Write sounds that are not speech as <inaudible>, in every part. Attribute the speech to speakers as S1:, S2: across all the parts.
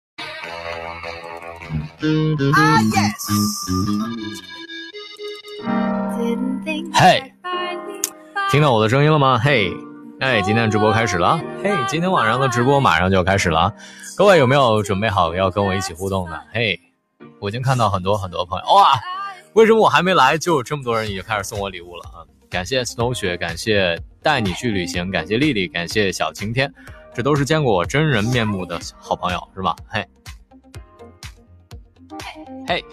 S1: 啊
S2: Ah, yes.
S3: Hey，
S4: 听到我的声音了吗？嘿，哎，今天的直播开始了啊。嘿，今天晚上的直播马上就要开始了啊。各位有没有准备好要跟我一起互动的？嘿，我已经看到很多很多朋友哇，为什么我还没来就有这么多人已经开始送我礼物了啊？感谢 Snow 雪，感谢带你去旅行，感谢丽丽，感谢小晴天，这都是见过我真人面目的好朋友是吧？嘿，嘿，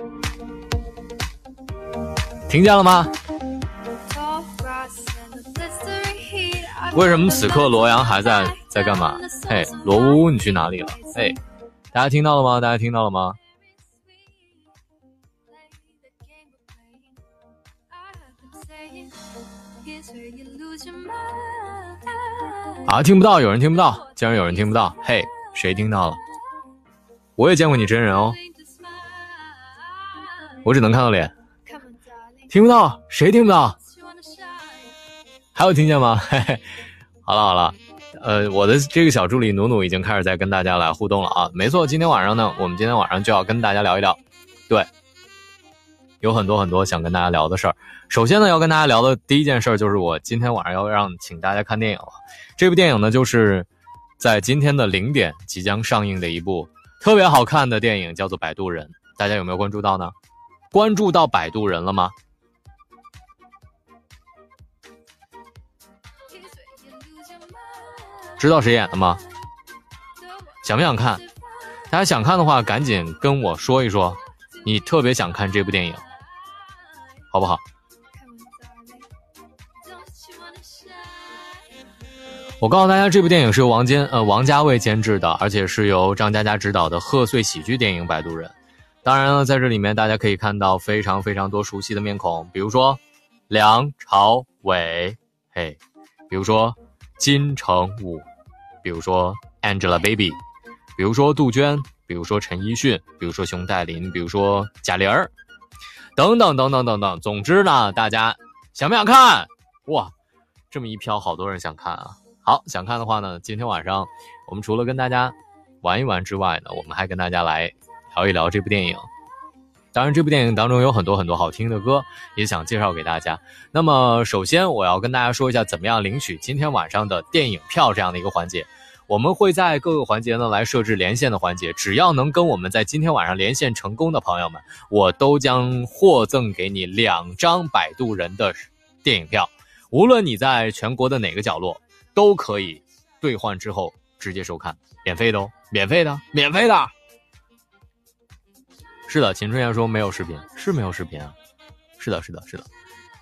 S4: 听见了吗？为
S3: 为
S4: 什
S3: 什
S4: 么
S3: 么
S4: 此
S3: 此
S4: 刻
S3: 刻
S4: 罗
S3: 罗
S4: 阳
S3: 阳
S4: 还
S3: 还
S4: 在
S3: 在
S4: 在
S3: 在
S4: 干
S3: 干
S4: 嘛
S3: 嘛？？
S4: 嘿
S3: 嘿，，
S4: 哎罗
S3: 罗
S4: 呜
S3: 呜
S4: 呜，
S3: 呜，
S4: 你
S3: 你
S4: 去
S3: 去
S4: 哪
S3: 哪
S4: 里
S3: 里
S4: 了
S3: 了？？
S4: 嘿
S3: 嘿，，
S4: 大家听到了吗？大家听到了吗？啊，听不到，有人听不到，竟然有人听不到，嘿，谁听到了？我也见过你真人哦，我只能看到脸，听不到，谁听不到？还有听见吗？ <laughs> 嘿嘿，好了好了，呃，我的这个小助理努努已经开始在跟大家来互动了啊。没错，今天晚上呢，我们今天晚上就要跟大家聊一聊，对，有很多很多想跟大家聊的事儿。首先呢，要跟大家聊的第一件事儿就是我今天晚上要让请大家看电影了。这部电影呢，就是在今天的零点即将上映的一部特别好看的电影，叫做《摆渡人》。大家有没有关注到呢？关注到《摆渡人》了吗？知道谁演的吗？想不想看？大家想看的话，赶紧跟我说一说，你特别想看这部电影，好不好？我告诉大家，这部电影是由王坚呃王家卫监制的，而且是由张嘉佳执导的贺岁喜剧电影《摆渡人》。当然了，在这里面大家可以看到非常非常多熟悉的面孔，比如说梁朝伟，嘿，比如说金城武，比如说 Angelababy，比如说杜鹃，比如说陈奕迅，比如说熊黛林，比如说贾玲儿，等等等等等等。总之呢，大家想不想看？哇，这么一飘，好多人想看啊！好，想看的话呢，今天晚上我们除了跟大家玩一玩之外呢，我们还跟大家来聊一聊这部电影。当然，这部电影当中有很多很多好听的歌，也想介绍给大家。那么，首先我要跟大家说一下，怎么样领取今天晚上的电影票这样的一个环节。我们会在各个环节呢来设置连线的环节，只要能跟我们在今天晚上连线成功的朋友们，我都将获赠给你两张摆渡人的电影票，无论你在全国的哪个角落，都可以兑换之后直接收看，免费的哦，免费的，免费的。是的，秦春燕说没有视频，是没有视频啊。是的，是的，是的。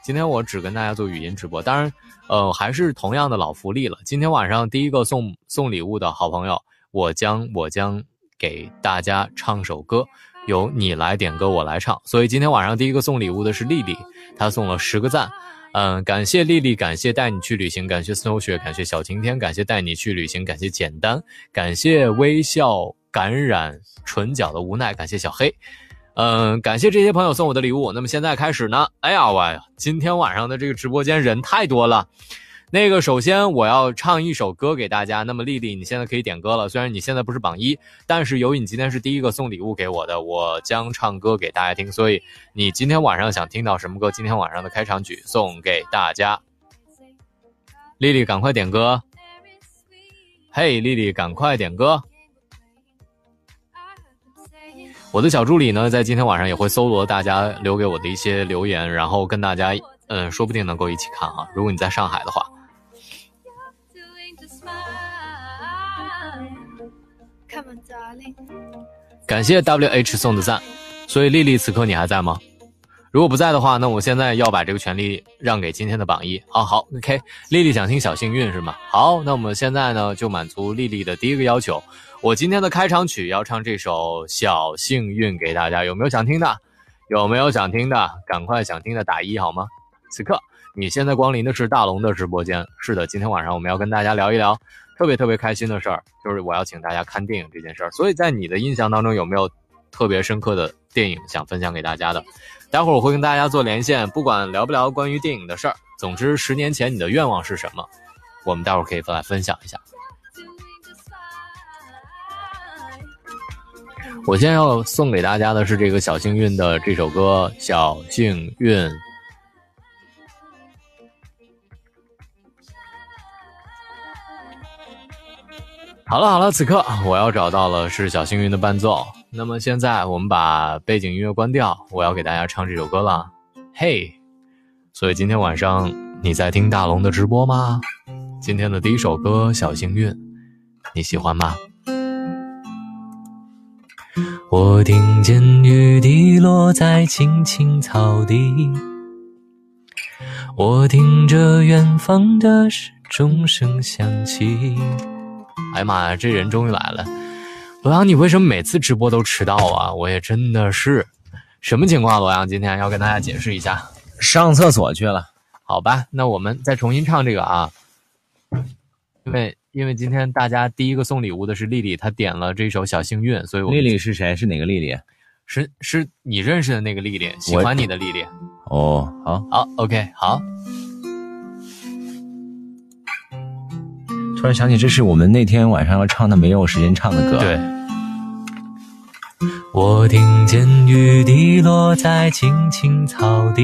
S4: 今天我只跟大家做语音直播，当然，呃，还是同样的老福利了。今天晚上第一个送送礼物的好朋友，我将我将给大家唱首歌，由你来点歌，我来唱。所以今天晚上第一个送礼物的是丽丽，她送了十个赞。嗯，感谢丽丽，感谢带你去旅行，感谢 Snow 雪，感谢小晴天，感谢带你去旅行，感谢简单，感谢微笑感染唇角的无奈，感谢小黑。嗯，感谢这些朋友送我的礼物。那么现在开始呢？哎呀喂，今天晚上的这个直播间人太多了。那个，首先我要唱一首歌给大家。那么丽丽，你现在可以点歌了。虽然你现在不是榜一，但是由于你今天是第一个送礼物给我的，我将唱歌给大家听。所以你今天晚上想听到什么歌？今天晚上的开场曲送给大家。丽丽，赶快点歌！嘿，丽丽，赶快点歌！我的小助理呢，在今天晚上也会搜罗大家留给我的一些留言，然后跟大家，嗯、说不定能够一起看啊。如果你在上海的话，感谢 W H 送的赞。所以丽丽，此刻你还在吗？如果不在的话，那我现在要把这个权利让给今天的榜一啊。好，OK，丽丽想听小幸运是吗？好，那我们现在呢就满足丽丽的第一个要求，我今天的开场曲要唱这首《小幸运》给大家，有没有想听的？有没有想听的？赶快想听的打一好吗？此刻你现在光临的是大龙的直播间。是的，今天晚上我们要跟大家聊一聊特别特别开心的事儿，就是我要请大家看电影这件事儿。所以在你的印象当中，有没有特别深刻的电影想分享给大家的？待会儿我会跟大家做连线，不管聊不聊关于电影的事儿，总之十年前你的愿望是什么，我们待会儿可以来分享一下。我现在要送给大家的是这个小幸运的这首歌《小幸运》。好了好了，此刻我要找到了是小幸运的伴奏。那么现在我们把背景音乐关掉，我要给大家唱这首歌了。嘿，所以今天晚上你在听大龙的直播吗？今天的第一首歌《小幸运》，你喜欢吗？
S2: 我听见雨滴落在青青草地，我听着远方的钟声响起。
S4: 哎呀妈呀，这人终于来了！罗阳，你为什么每次直播都迟到啊？我也真的是，什么情况？啊罗阳今天要跟大家解释一下。
S3: 上厕所去了，
S4: 好吧，那我们再重新唱这个啊，因为因为今天大家第一个送礼物的是丽丽，她点了这首《小幸运》，所以我们
S3: 丽丽是谁？是哪个丽丽？
S4: 是是你认识的那个丽丽，喜欢你的丽丽。
S3: 哦，好，
S4: 好，OK，好，
S3: 突然想起这是我们那天晚上要唱的没有时间唱的歌。，
S4: 对，
S2: 我听见雨滴落在青青草地，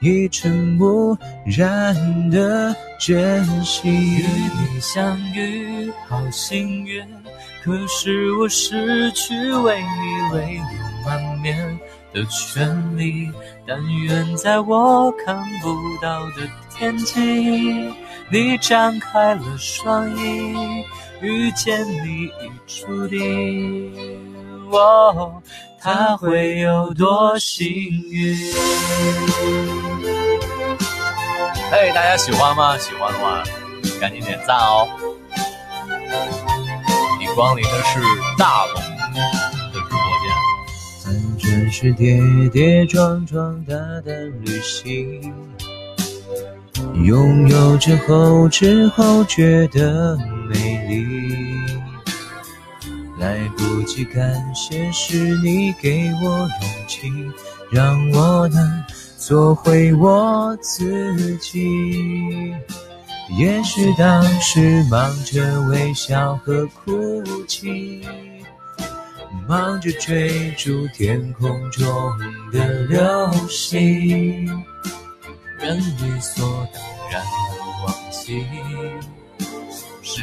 S2: 一尘不染的真心。与你相遇，好幸运，可是我失去为你泪流满面的权利。但愿在我看不到的天际，你张开了双翼。遇见你已注定，哦，他会有多幸运？
S4: 嘿，大家喜欢吗？喜欢的话，赶紧点赞哦！你光临的是大龙的直播间。
S2: 反正是跌跌撞撞大胆旅行，拥有之后知后觉的美丽。来不及感谢，是你给我勇气，让我能做回我自己。也许当时忙着微笑和哭泣，忙着追逐天空中的流星，人理所当然的忘记，是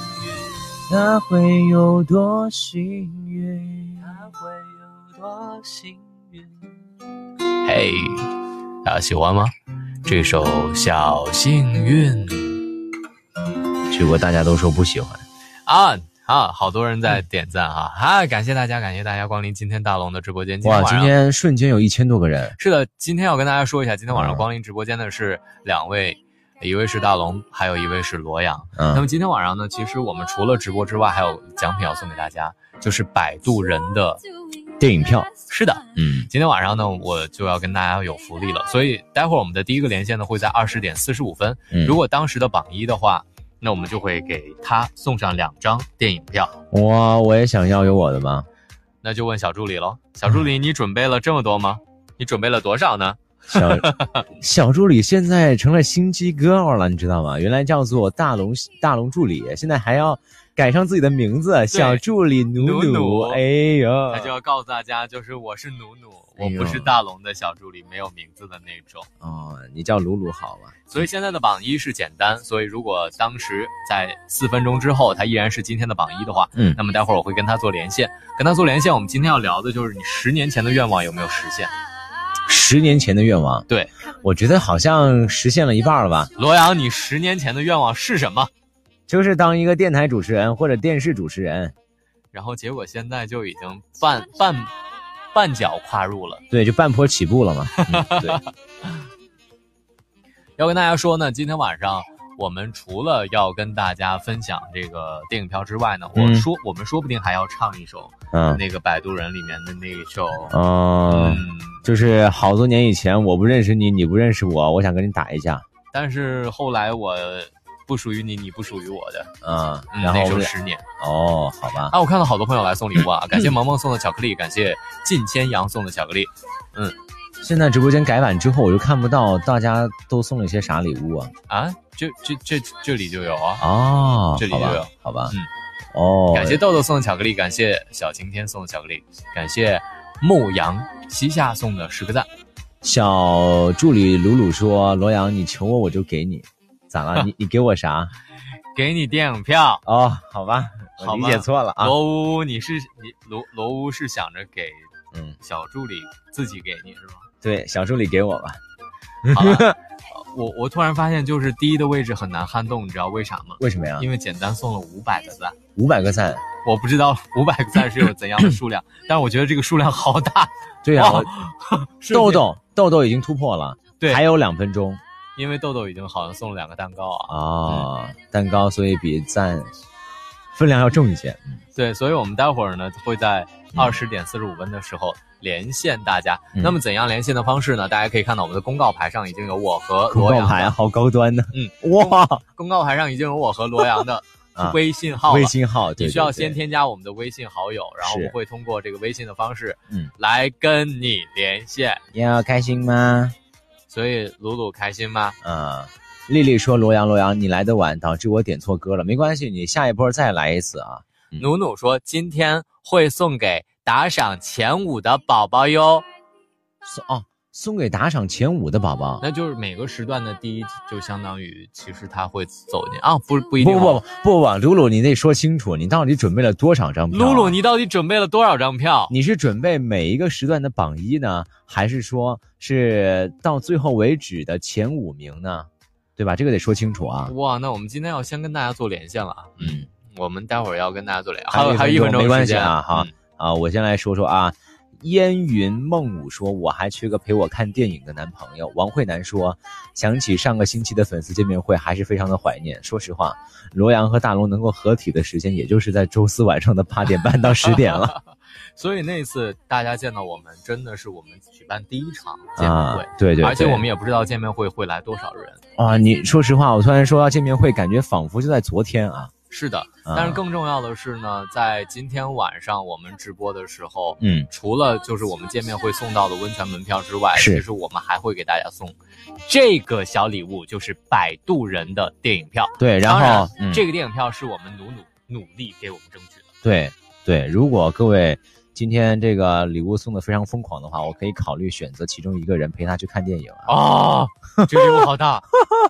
S2: 运？他会有多幸运？他会有多幸运？
S4: 嘿，大家喜欢吗？这首《小幸运》
S3: 结果大家都说不喜欢。
S4: 啊啊，好多人
S3: 嗯
S4: 在点赞啊！啊，感谢大家，感谢大家光临今天大龙的直播间。
S3: 哇，
S4: 晚
S3: 今
S4: 上
S3: 天瞬间有一千多个人，
S4: 是的，今天要跟大家说一下，今天晚
S3: 嗯
S4: 上光临直播间的是两位，一位是大龙，还有一位是罗阳。那
S3: 嗯
S4: 么今天晚上呢，其实我们除了直播之外，还有奖品要送给大家，就是摆渡人的。
S3: 电影票
S4: 是的，
S3: 嗯，
S4: 今天晚上呢，我就要跟大家有福利了，所以待会儿我们的第一个连线呢会在二十点四十五分。
S3: 嗯
S4: 如果当时的榜一的话，那我们就会给他送上两张电影票。
S3: 哇，我也想要有我的吗？
S4: 那就问小助理喽，小助
S3: 嗯
S4: 理，你准备了这么多吗？你准备了多少呢？
S3: <laughs> 小小助理现在成了心机 girl 了，你知道吗？原来叫做大龙大龙助理，现在还要改上自己的名字，小助理努
S4: 努努
S3: 哎呦
S4: 他，就要告诉大家，就是我是努努，
S3: 哎
S4: 我
S3: 呦
S4: 不是大龙的小助理，没有名字的那种。
S3: 哦，你叫鲁鲁好吧？
S4: 所以现在的榜一是简单，所以如果当时在四分钟之后，他依然是今天的榜一的话，
S3: 嗯
S4: 那么待会儿我会跟他做连线，跟他做连线。我们今天要聊的就是你十年前的愿望有没有实现？
S3: 十年前的愿望，
S4: 对，
S3: 我觉得好像实现了一半了吧，
S4: 罗阳，你十年前的愿望是什么？
S3: 就是当一个电台主持人或者电视主持人，
S4: 然后结果现在就已经半半半脚跨入了。
S3: 对，就半坡起步
S4: <laughs>
S3: 了嘛。嗯、对，
S4: 要跟大家说呢，今天晚上我们除了要跟大家分享这个电影票之外呢，我
S3: 嗯
S4: 说我们说不定还要唱一首
S3: 嗯，
S4: 那个《摆渡人》里面的那一首，
S3: 哦、
S4: 嗯，
S3: 就是好多年以前，我不认识你，你不认识我，我想跟你打一架，
S4: 但是后来我不属于你，你不属于我的，
S3: 嗯，
S4: 嗯，
S3: 然后
S4: 那
S3: 我
S4: 首
S3: 们
S4: 《
S3: 俩
S4: 十年》
S3: 哦，好吧，
S4: 啊，我看到好多朋友来送礼物
S3: <laughs>
S4: 啊，感谢萌萌送的巧克力，感谢靳千阳送的巧克力，
S3: 现在直播间改版之后，我就看不到大家都送了些啥礼物啊。
S4: 啊，这这这这里就有啊，
S3: 哦，
S4: 这里
S3: 好吧
S4: 就有，
S3: 好吧，
S4: 嗯，
S3: 哦，
S4: 感谢豆豆送的巧克力，感谢小晴天送的巧克力，感谢牧羊西夏送的十个赞。
S3: 小助理鲁鲁说：“罗阳，你求我，我就给你。”咋
S4: <laughs>
S3: 了？你你给我啥？
S4: 给你电影票。
S3: 哦，好吧，
S4: 好
S3: 我
S4: 吧
S3: 理解错了啊。
S4: 罗呜呜，你是你罗罗呜呜是想着给
S3: 嗯，
S4: 小助理自己给你是吗？
S3: 对，小助理给我吧。 <laughs>
S4: 好了，我我突然发现就是第一的位置很难撼动，你知道为啥吗？
S3: 为什么呀？
S4: 因为简单送了五百个赞，
S3: 五百个赞。
S4: 我不知道 <laughs> 五百个赞是有怎样的
S3: <laughs>
S4: 数量，但是我觉得这个数量好大。
S3: 对呀、
S4: 哇
S3: 我
S4: 瞬间
S3: 豆豆豆豆已经突破了，
S4: 对
S3: 还有两分钟
S4: 因为豆豆已经好像送了两个蛋糕啊，
S3: 啊、蛋糕所以比赞分量要重一些。
S4: 对，所以我们待会儿呢会在二十点四十五分的时候连线大家。
S3: 嗯
S4: 那么怎样连线的方式呢？大家可以看到我们的公告牌上已经有我和
S3: 公
S4: 罗
S3: 告
S4: 阳的
S3: 牌啊好高端呢。
S4: 嗯，
S3: 哇，
S4: 公告牌上已经有我和罗阳的
S3: <laughs> 啊
S4: 微信号了。
S3: 微信号，对
S4: 你需要
S3: 对对
S4: 先添加我们的微信好友，然后我
S3: 是
S4: 们会通过这个微信的方式，
S3: 嗯，
S4: 来跟你连线。
S3: 要开心吗？
S4: 所以鲁鲁开心吗？
S3: 啊、丽丽说：“罗阳，罗阳，你来的晚，导致我点错歌了。没关系，你下一波再来一次啊。嗯
S4: 努努说今天会送给打赏前五的宝宝哟，
S3: 送哦，送给打赏前五的宝宝。
S4: 那就是每个时段的第一，就相当于其实他会走进啊，不不一
S3: 不
S4: 定
S3: 不
S4: 哦。
S3: 不不不，鲁鲁，你得说清楚，你到底准备了多少张票啊、
S4: 鲁鲁，你到底准备了多少张票？
S3: 你是准备每一个时段的榜一呢，还是说是到最后为止的前五名呢？对吧？这个得说清楚啊。
S4: 哇，那我们今天要先跟大家做连线了啊，
S3: 嗯
S4: 我们待会儿要跟大家做连，
S3: 还有
S4: 有
S3: 一
S4: 还有一
S3: 分
S4: 分
S3: 钟
S4: 钟
S3: 没关
S4: 时
S3: 系
S4: 间
S3: 啊哈
S4: 嗯
S3: 啊，我先来说说啊。烟云梦舞说：“我还缺个陪我看电影的男朋友。”王慧楠说：“想起上个星期的粉丝见面会，还是非常的怀念。说实话，罗阳和大龙能够合体的时间，也就是在周四晚上的八点半到十点
S4: <laughs>
S3: 了。
S4: 所以那次大家见到我们，真的是我们举办第一场见面
S3: 啊
S4: 会，，
S3: 对对对，
S4: 而且我们也不知道见面会会来多少人。
S3: 啊，你说实话，我突然说到见面会，感觉仿佛就在昨天啊。
S4: 是的，
S3: 啊
S4: 但是更重要的是呢，在今天晚上我们直播的时候，
S3: 嗯，
S4: 除了就是我们见面会送到的温泉门票之外，
S3: 是
S4: 其实我们还会给大家送这个小礼物，就是摆渡人的电影票。
S3: 对，然
S4: 当
S3: 后嗯
S4: 这个电影票是我们努努努力给我们争取的。
S3: 对对，如果各位今天这个礼物送的非常疯狂的话，我可以考虑选择其中一个人陪他去看电影啊。
S4: 哦， <laughs> 这个礼物好
S3: <laughs>
S4: 大。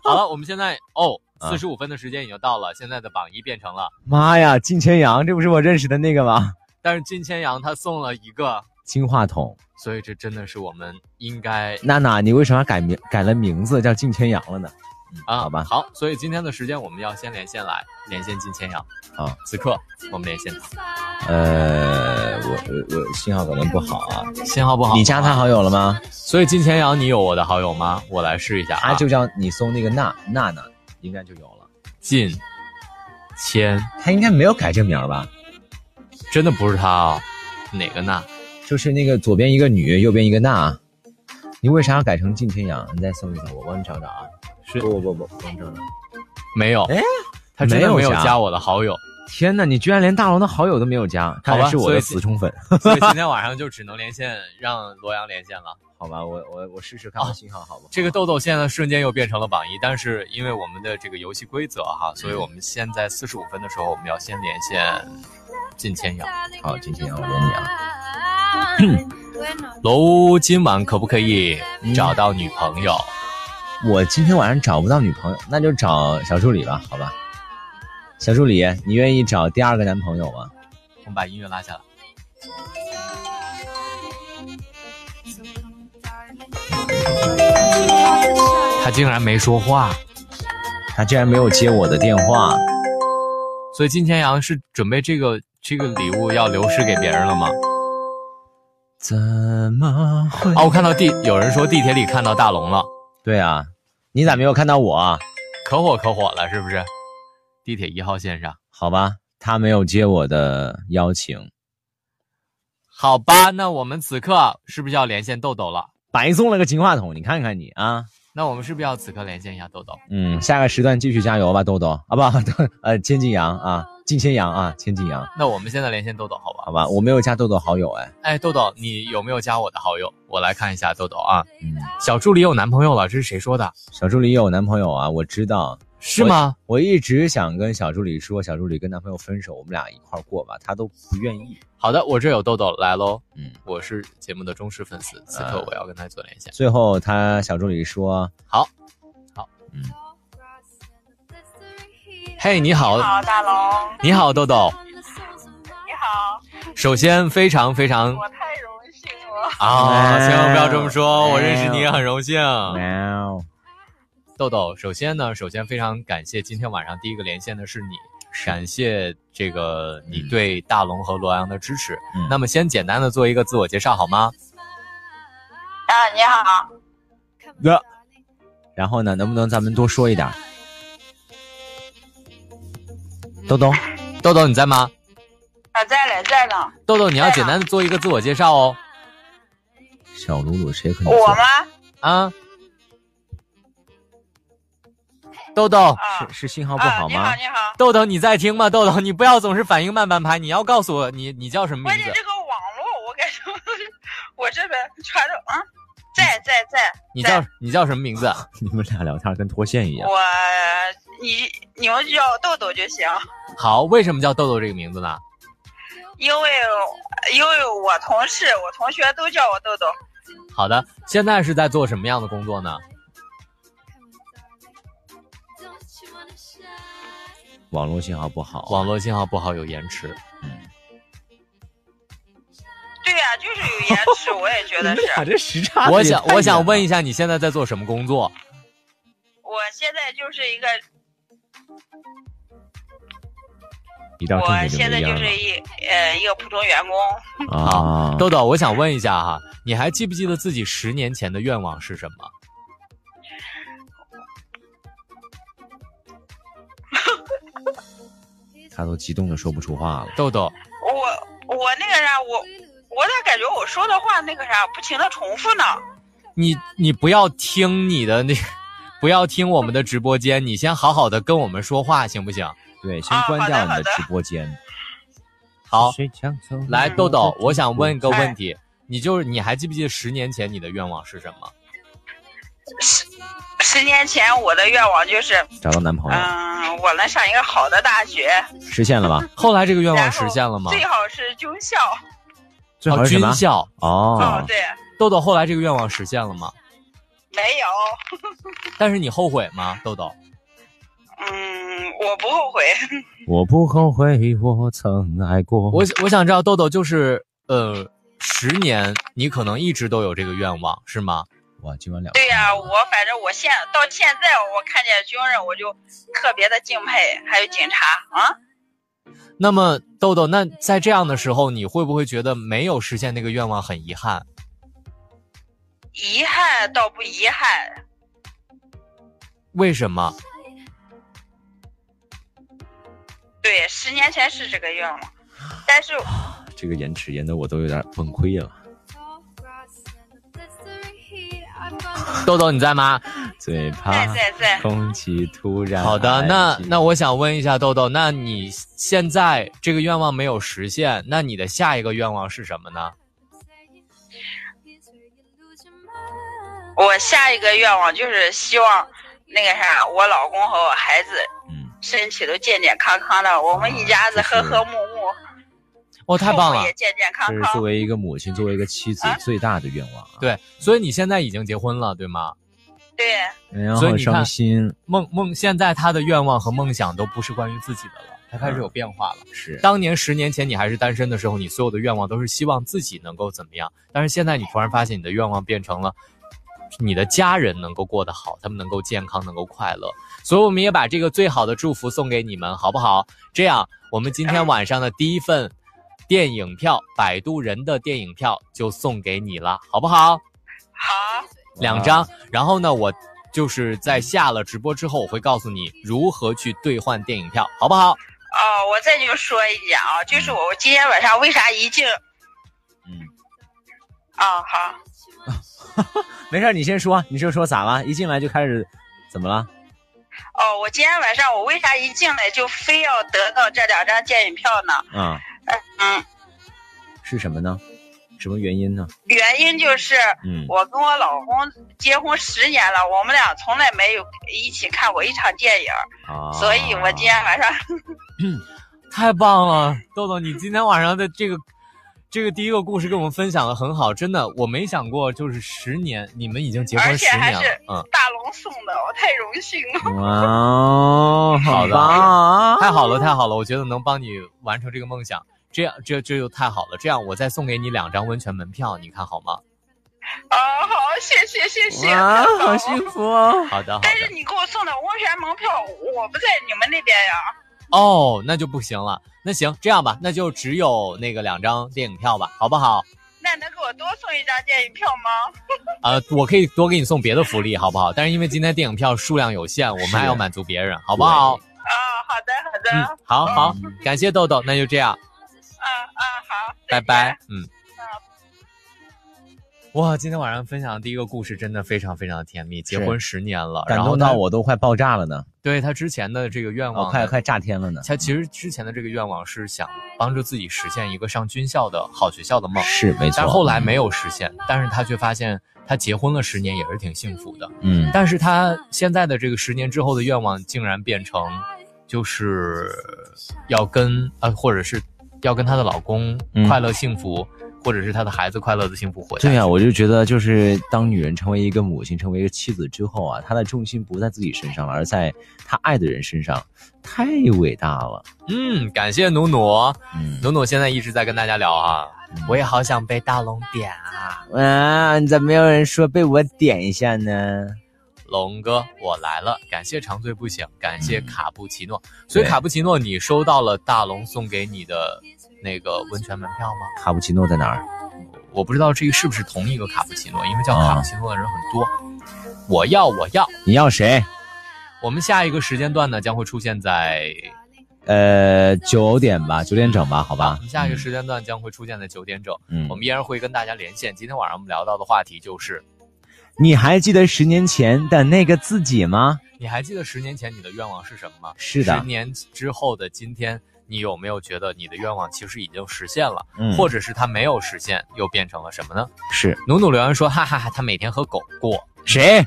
S4: 好了，我们现在哦，
S3: 嗯
S4: 四十五分的时间已经到了，现在的榜一变成了，
S3: 妈呀，金千阳，这不是我认识的那个吗？
S4: 但是金千阳他送了一个，
S3: 金话筒，
S4: 所以这真的是我们应该
S3: 娜娜，你为什么改名改了名字叫金千阳了呢？嗯
S4: 啊，
S3: 好吧，
S4: 好，所以今天的时间我们要先连线来连线金千阳
S3: 好，
S4: 此刻我们连线他，
S3: 呃，我我我信号可能不好啊。
S4: 信号不好，
S3: 你加他好友了吗？哎
S4: 所以金钱阳，你有我的好友吗？我来试一下啊，
S3: 他就叫你搜那个娜娜娜，应该就有了。
S4: 金千，
S3: 他应该没有改这名儿吧？
S4: 真的不是他哦，哪个呢？
S3: 就是那个左边一个女，右边一个娜。你为啥要改成靳天阳？你再搜一搜，我帮你找找啊。
S4: 是
S3: 不不不，我帮你找找。
S4: 没有，
S3: 哎
S4: 他真的
S3: 没有
S4: 没有
S3: 加
S4: 加我的好友， <laughs>
S3: 天哪，你居然连大龙的好友都没有加，看来是我
S4: 所以
S3: 的
S4: 是
S3: 死忠粉。
S4: 所以今天晚上就只能连线，让罗阳连线
S3: <laughs>
S4: 了。
S3: 好吧，我我我试试
S4: 哦
S3: 看我信号好不好？
S4: 这个豆豆现在瞬间又变成了榜一，但是因为我们的这个游戏规则
S3: 嗯
S4: 哈，所以我们现在四十五分的时候，我们要先连线靳千阳。
S3: 好，今天我连你啊。
S5: 罗
S4: 罗屋今晚可不可以找到女朋友？
S3: 嗯我今天晚上找不到女朋友，那就找小助理吧，好吧？小助理，你愿意找第二个男朋友吗？
S4: 我们把音乐拉下来。他竟然没说话，
S3: 他竟然没有接我的电话，
S4: 所以金千阳是准备这个这个礼物要流失给别人了吗？
S3: 怎么会？
S4: 啊，我看到地有人说地铁里看到大龙了，
S3: 对啊，你咋没有看到我啊？
S4: 可火可火了，是不是？地铁一号线上，
S3: 好吧，他没有接我的邀请，
S4: 好吧，那我们此刻是不是要连线豆豆了？
S3: 白送了个金话筒，你看看你啊，
S4: 那我们是不是要此刻连线一下豆豆？
S3: 嗯，下个时段继续加油吧，豆豆啊不， <laughs> 呃，千金羊啊，金千羊啊，千金羊，
S4: 那我们现在连线豆豆，好吧？
S3: 好吧，我没有加豆豆好友哎，
S4: 哎，豆豆，你有没有加我的好友？我来看一下豆豆啊。
S3: 嗯， <clears throat>
S4: 小助理有男朋友了，这是谁说的？
S3: 小助理有男朋友啊，我知道，
S4: 是吗？
S3: 我一直想跟小助理说，小助理跟男朋友分手，我们俩一块儿过吧，她都不愿意，
S4: 好的，我这有豆豆来喽。
S3: 嗯，
S4: 我是节目的忠实粉丝，此刻我要跟他做连线。
S3: 最后她小助理说，
S4: 嘿、你好，
S1: 好，大龙，
S4: 你好，豆豆。
S1: 你好，
S4: 首先，非常非常
S1: 我太荣幸了。
S4: 啊，千万不要这么说，
S3: 哎
S4: 我认识你也很荣幸。
S3: 哇哦，
S4: 豆豆，首先呢，首先非常感谢今天晚上第一个连线的是你，
S3: 是
S4: 感谢这个你对大龙和罗阳的支持。
S3: 嗯
S4: 那么先简单的做一个自我介绍好吗？
S1: 啊，你好，
S3: 那然后呢，能不能咱们多说一点儿？豆豆，
S4: 豆豆你在吗？
S1: 啊，在嘞，在呢。
S4: 豆豆你要简单的做一个自我介绍哦。
S3: 小鲁鲁谁和你
S1: 我
S3: 做？
S1: 吗？
S4: 啊，豆豆，
S1: 啊，
S3: 是是信号不
S1: 啊，
S3: 好
S1: 你
S3: 吗
S1: 好，？你好。
S4: 豆豆你在听吗？豆豆，你不要总是反应慢半拍，你要告诉我你你叫什么
S1: 关
S4: 名
S1: 键
S4: 字？
S1: 这个网络，我感觉我这边传着，嗯，在在在，
S4: 你叫你叫什么名字？
S3: <laughs> 你们俩聊天跟脱线一样。
S1: 我你你们就叫豆豆就行，
S4: 好，为什么叫豆豆这个名字呢？
S1: 因为因为我同事、我同学都叫我豆豆。
S4: 好的，现在是在做什么样的工作呢？
S3: 网络信号不好，
S4: 网络信号不好，有延迟。
S1: 对呀、就是有延迟，我也觉
S3: <laughs>
S1: 得是。
S3: 这时差
S4: 我想我想问一下，你现在在做什么工作？
S1: 我现在就是一个，
S3: 一到
S1: 我
S3: 正经就
S1: 现在
S3: 没
S1: 就
S3: 样
S1: 是
S3: 了
S1: 一呃一个普通员工。
S3: 啊！
S4: 豆豆，我想问一下哈，你还记不记得自己十年前的愿望是什么？
S3: 他都激动的说不出
S1: <laughs>
S3: 话了。
S4: 豆豆，
S1: 我我那个啥，我我咋感觉我说的话那个啥不停的重复呢？
S4: 你你不要听你的那， <laughs> 不要听我们的直播间，你先好好的跟我们说话，行不行？
S3: 对，先
S1: 啊
S3: 关
S1: 好的
S3: 掉你
S1: 好
S3: 的
S1: 的
S3: 直播间。
S4: 好，
S3: 谁抢走了
S4: 来
S3: 我
S4: 豆豆
S3: 的，
S4: 我想
S3: 直播
S4: 问个问题，你就是你还记不记得十年前你的愿望是什么？
S1: 十年前我的愿望就是，
S3: 找到男朋友，
S1: 嗯，我能上一个好的大学，
S3: 实现了吧？
S4: 后来这个愿望
S1: 然后
S4: 实现了吗？
S1: 最好是军校。
S3: 最好是什
S4: 军
S3: 么？
S4: 校。
S3: 哦
S1: 嗯，，对，
S4: 豆豆后来这个愿望实现了吗？
S1: 没有，
S4: 但是你后悔吗？豆豆，
S1: 嗯，我不后悔。 <laughs>
S3: 我不后悔，我曾爱过。
S4: 我我想知道豆豆就是呃，十年你可能一直都有这个愿望是吗？
S3: 哇，今晚两
S1: 对呀、我反正我现到现在，我看见军人我就特别的敬佩，还有警察啊、
S4: 那么豆豆，那在这样的时候，你会不会觉得没有实现那个愿望很遗憾？
S1: 遗憾倒不遗憾，
S4: 为什么？
S1: 对，十年前是这个愿望，但是
S3: 这个延迟延的我都有点崩溃了。
S4: 豆豆你在吗？
S3: 最
S1: 在
S3: 怕
S1: 在在，
S3: 空气突然
S4: 好的，
S3: 安
S4: 那
S3: 静
S4: 那我想问一下豆豆，那你现在这个愿望没有实现，那你的下一个愿望是什么呢？
S1: 我下一个愿望就是希望那个啥，我老公和我孩子
S3: 嗯，
S1: 身体都健健康康的，我们一家子和和睦睦，
S4: 哦，太棒
S1: 父母
S4: 了
S1: 也！健健康
S3: 这是作
S1: 康。
S3: 为一个母亲，作为一个妻子
S1: 啊
S3: 最大的愿望啊。
S4: 对，所以你现在已经结婚了，对吗？
S1: 对，
S3: 然
S4: 所以
S3: 后
S4: 你看
S3: 伤心
S4: 梦梦，现在他的愿望和梦想都不是关于自己的了，他开始有变化了。
S3: 是
S4: 当年十年前你还是单身的时候，你所有的愿望都是希望自己能够怎么样，但是现在你突然发现你的愿望变成了你的家人能够过得好，他们能够健康，能够快乐。所以我们也把这个最好的祝福送给你们，好不好？这样，我们今天晚上的第一份电影票，摆渡人的电影票就送给你了，好不好？
S1: 好，
S4: 两张。然后呢，我就是在下了直播之后，我会告诉你如何去兑换电影票，好不好？
S1: 哦，我再就说一点啊，就是我今天晚上为啥一静
S3: 嗯，
S1: 啊？好，
S3: 没事儿，你先说，你就说咋了？一进来就开始怎么了？
S1: 哦，我今天晚上我为啥一进来就非要得到这两张电影票呢？
S3: 啊、
S1: 嗯，
S3: 是什么呢？什么原因呢？
S1: 原因就是
S3: 嗯，
S1: 我跟我老公结婚十年了，我们俩从来没有一起看过一场电影，
S3: 啊，
S1: 所以我今天晚上
S4: 太棒了，豆豆，你今天晚上的这个这个第一个故事跟我们分享的很好，真的，我没想过就是十年，你们已经结婚
S1: 而且
S4: 十
S1: 还
S4: 年了
S1: 是，
S4: 嗯，
S1: 大龙送的，我太荣幸了。
S3: 哇哦，
S4: 好的
S3: 棒啊！
S4: 太好了，太好了，我觉得能帮你完成这个梦想。这样，这这就太好了。这样，我再送给你两张温泉门票，你看好吗？
S1: 啊，好，谢谢谢谢。
S3: 哇，
S1: 真的
S3: 好幸福哦！
S4: 好的，好
S1: 但是
S4: 的。
S1: 你给我送的温泉门票，我不在你们那边呀。
S4: 哦，那就不行了。那行，这样吧，那就只有那个两张电影票吧，好不好？
S1: 那能给我多送一张电影票吗？
S4: 呃，我可以多给你送别的福利，好不好？但是因为今天电影票数量有限，我们还
S3: 啊
S4: 要满足别人，好不好？
S1: 啊，好的好
S4: 嗯
S1: 的，，
S4: 好好，感谢豆豆，那就这样，
S1: 啊啊好，
S4: 拜
S1: 再见
S4: 拜，嗯。哇，今天晚上分享的第一个故事真的非常非常的甜蜜，结婚十年了，
S3: 感
S4: 然后
S3: 动
S4: 他
S3: 到，我都快爆炸了呢，
S4: 对他之前的这个愿
S3: 我
S4: 望，
S3: 快快炸天了呢。
S4: 他其实之前的这个愿望是想帮助自己实现一个上军校的好学校的梦，
S3: 是没错，
S4: 但后来啊没有实现，但是他却发现他结婚了十年也是挺幸福的，
S3: 嗯，
S4: 但是他现在的这个十年之后的愿望，竟然变成就是要跟呃，或者是要跟她的老公
S3: 嗯
S4: 快乐幸福，或者是她的孩子快乐的幸福回来。
S3: 对呀、我就觉得就是当女人成为一个母亲、成为一个妻子之后啊，她的重心不在自己身上了，而在她爱的人身上，太伟大了。
S4: 嗯，感谢努努，
S3: 嗯，
S4: 努努现在一直在跟大家聊啊，我也好想被大龙点啊，
S3: 啊，你咋没有人说被我点一下呢？
S4: 龙哥我来了，感谢长醉不醒，感谢
S3: 嗯
S4: 卡布奇诺。所以
S3: 对
S4: 卡布奇诺，你收到了大龙送给你的那个温泉门票吗？
S3: 卡布奇诺在哪儿？
S4: 我不知道这个是不是同一个卡布奇诺，因为
S3: 啊
S4: 叫卡布奇诺的人很多。我要，我要。
S3: 你要谁？
S4: 我们下一个时间段呢，将会出现在
S3: 呃，九点吧，九点整吧，好吧
S4: 我。们下一个时间段将会出现在九点整。
S3: 嗯，
S4: 我们依然会跟大家连线。今天晚上我们聊到的话题就是，
S3: 你还记得十年前的那个自己吗？
S4: 你还记得十年前你的愿望是什么吗？
S3: 是的
S4: 十年之后的今天，你有没有觉得你的愿望其实已经实现了，
S3: 嗯
S4: 或者是它没有实现，又变成了什么呢？
S3: 是
S4: 努努留言说，哈哈哈，他每天和狗过。
S3: 谁？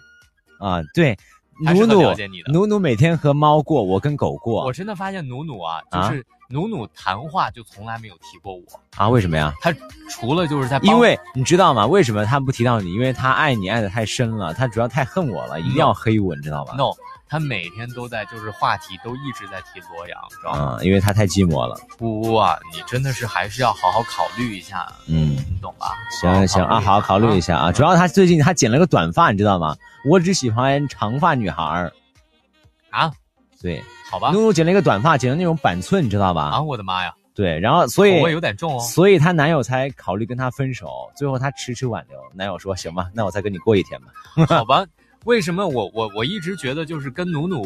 S3: 啊，对，
S4: 还是
S3: 努
S4: 很
S3: 努
S4: 了解你的。
S3: 努努每天和猫过，我跟狗过
S4: 我真的发现努努啊，就
S3: 啊
S4: 是努努谈话就从来没有提过我，
S3: 啊？为什么呀？
S4: 他除了就是在帮
S3: 因为你知道吗？为什么他不提到你？因为他爱你爱的太深了，他主要太恨我了，一定要黑我，你知道吧？
S4: no，他每天都在就是话题都一直在提罗阳，知道
S3: 啊、
S4: 吗？
S3: 因为他太寂寞了。
S4: 不不啊，你真的是还是要好好考虑一下，
S3: 嗯，
S4: 你懂吧？
S3: 行行啊，好好考虑一
S4: 下。
S3: 下啊。主要他最近他剪了个短发，你知道吗？我只喜欢长发女孩儿。
S4: 啊，
S3: 对，
S4: 好吧
S3: 露。露剪了一个短发，剪成那种板寸，你知道吧？
S4: 啊，我的妈呀，
S3: 对，然后所以
S4: 口味有点重哦。
S3: 所以她男友才考虑跟她分手，最后她迟迟挽留，男友说行吧，那我再跟你过一天吧。
S4: 好吧，为什么我我我一直觉得就是跟努努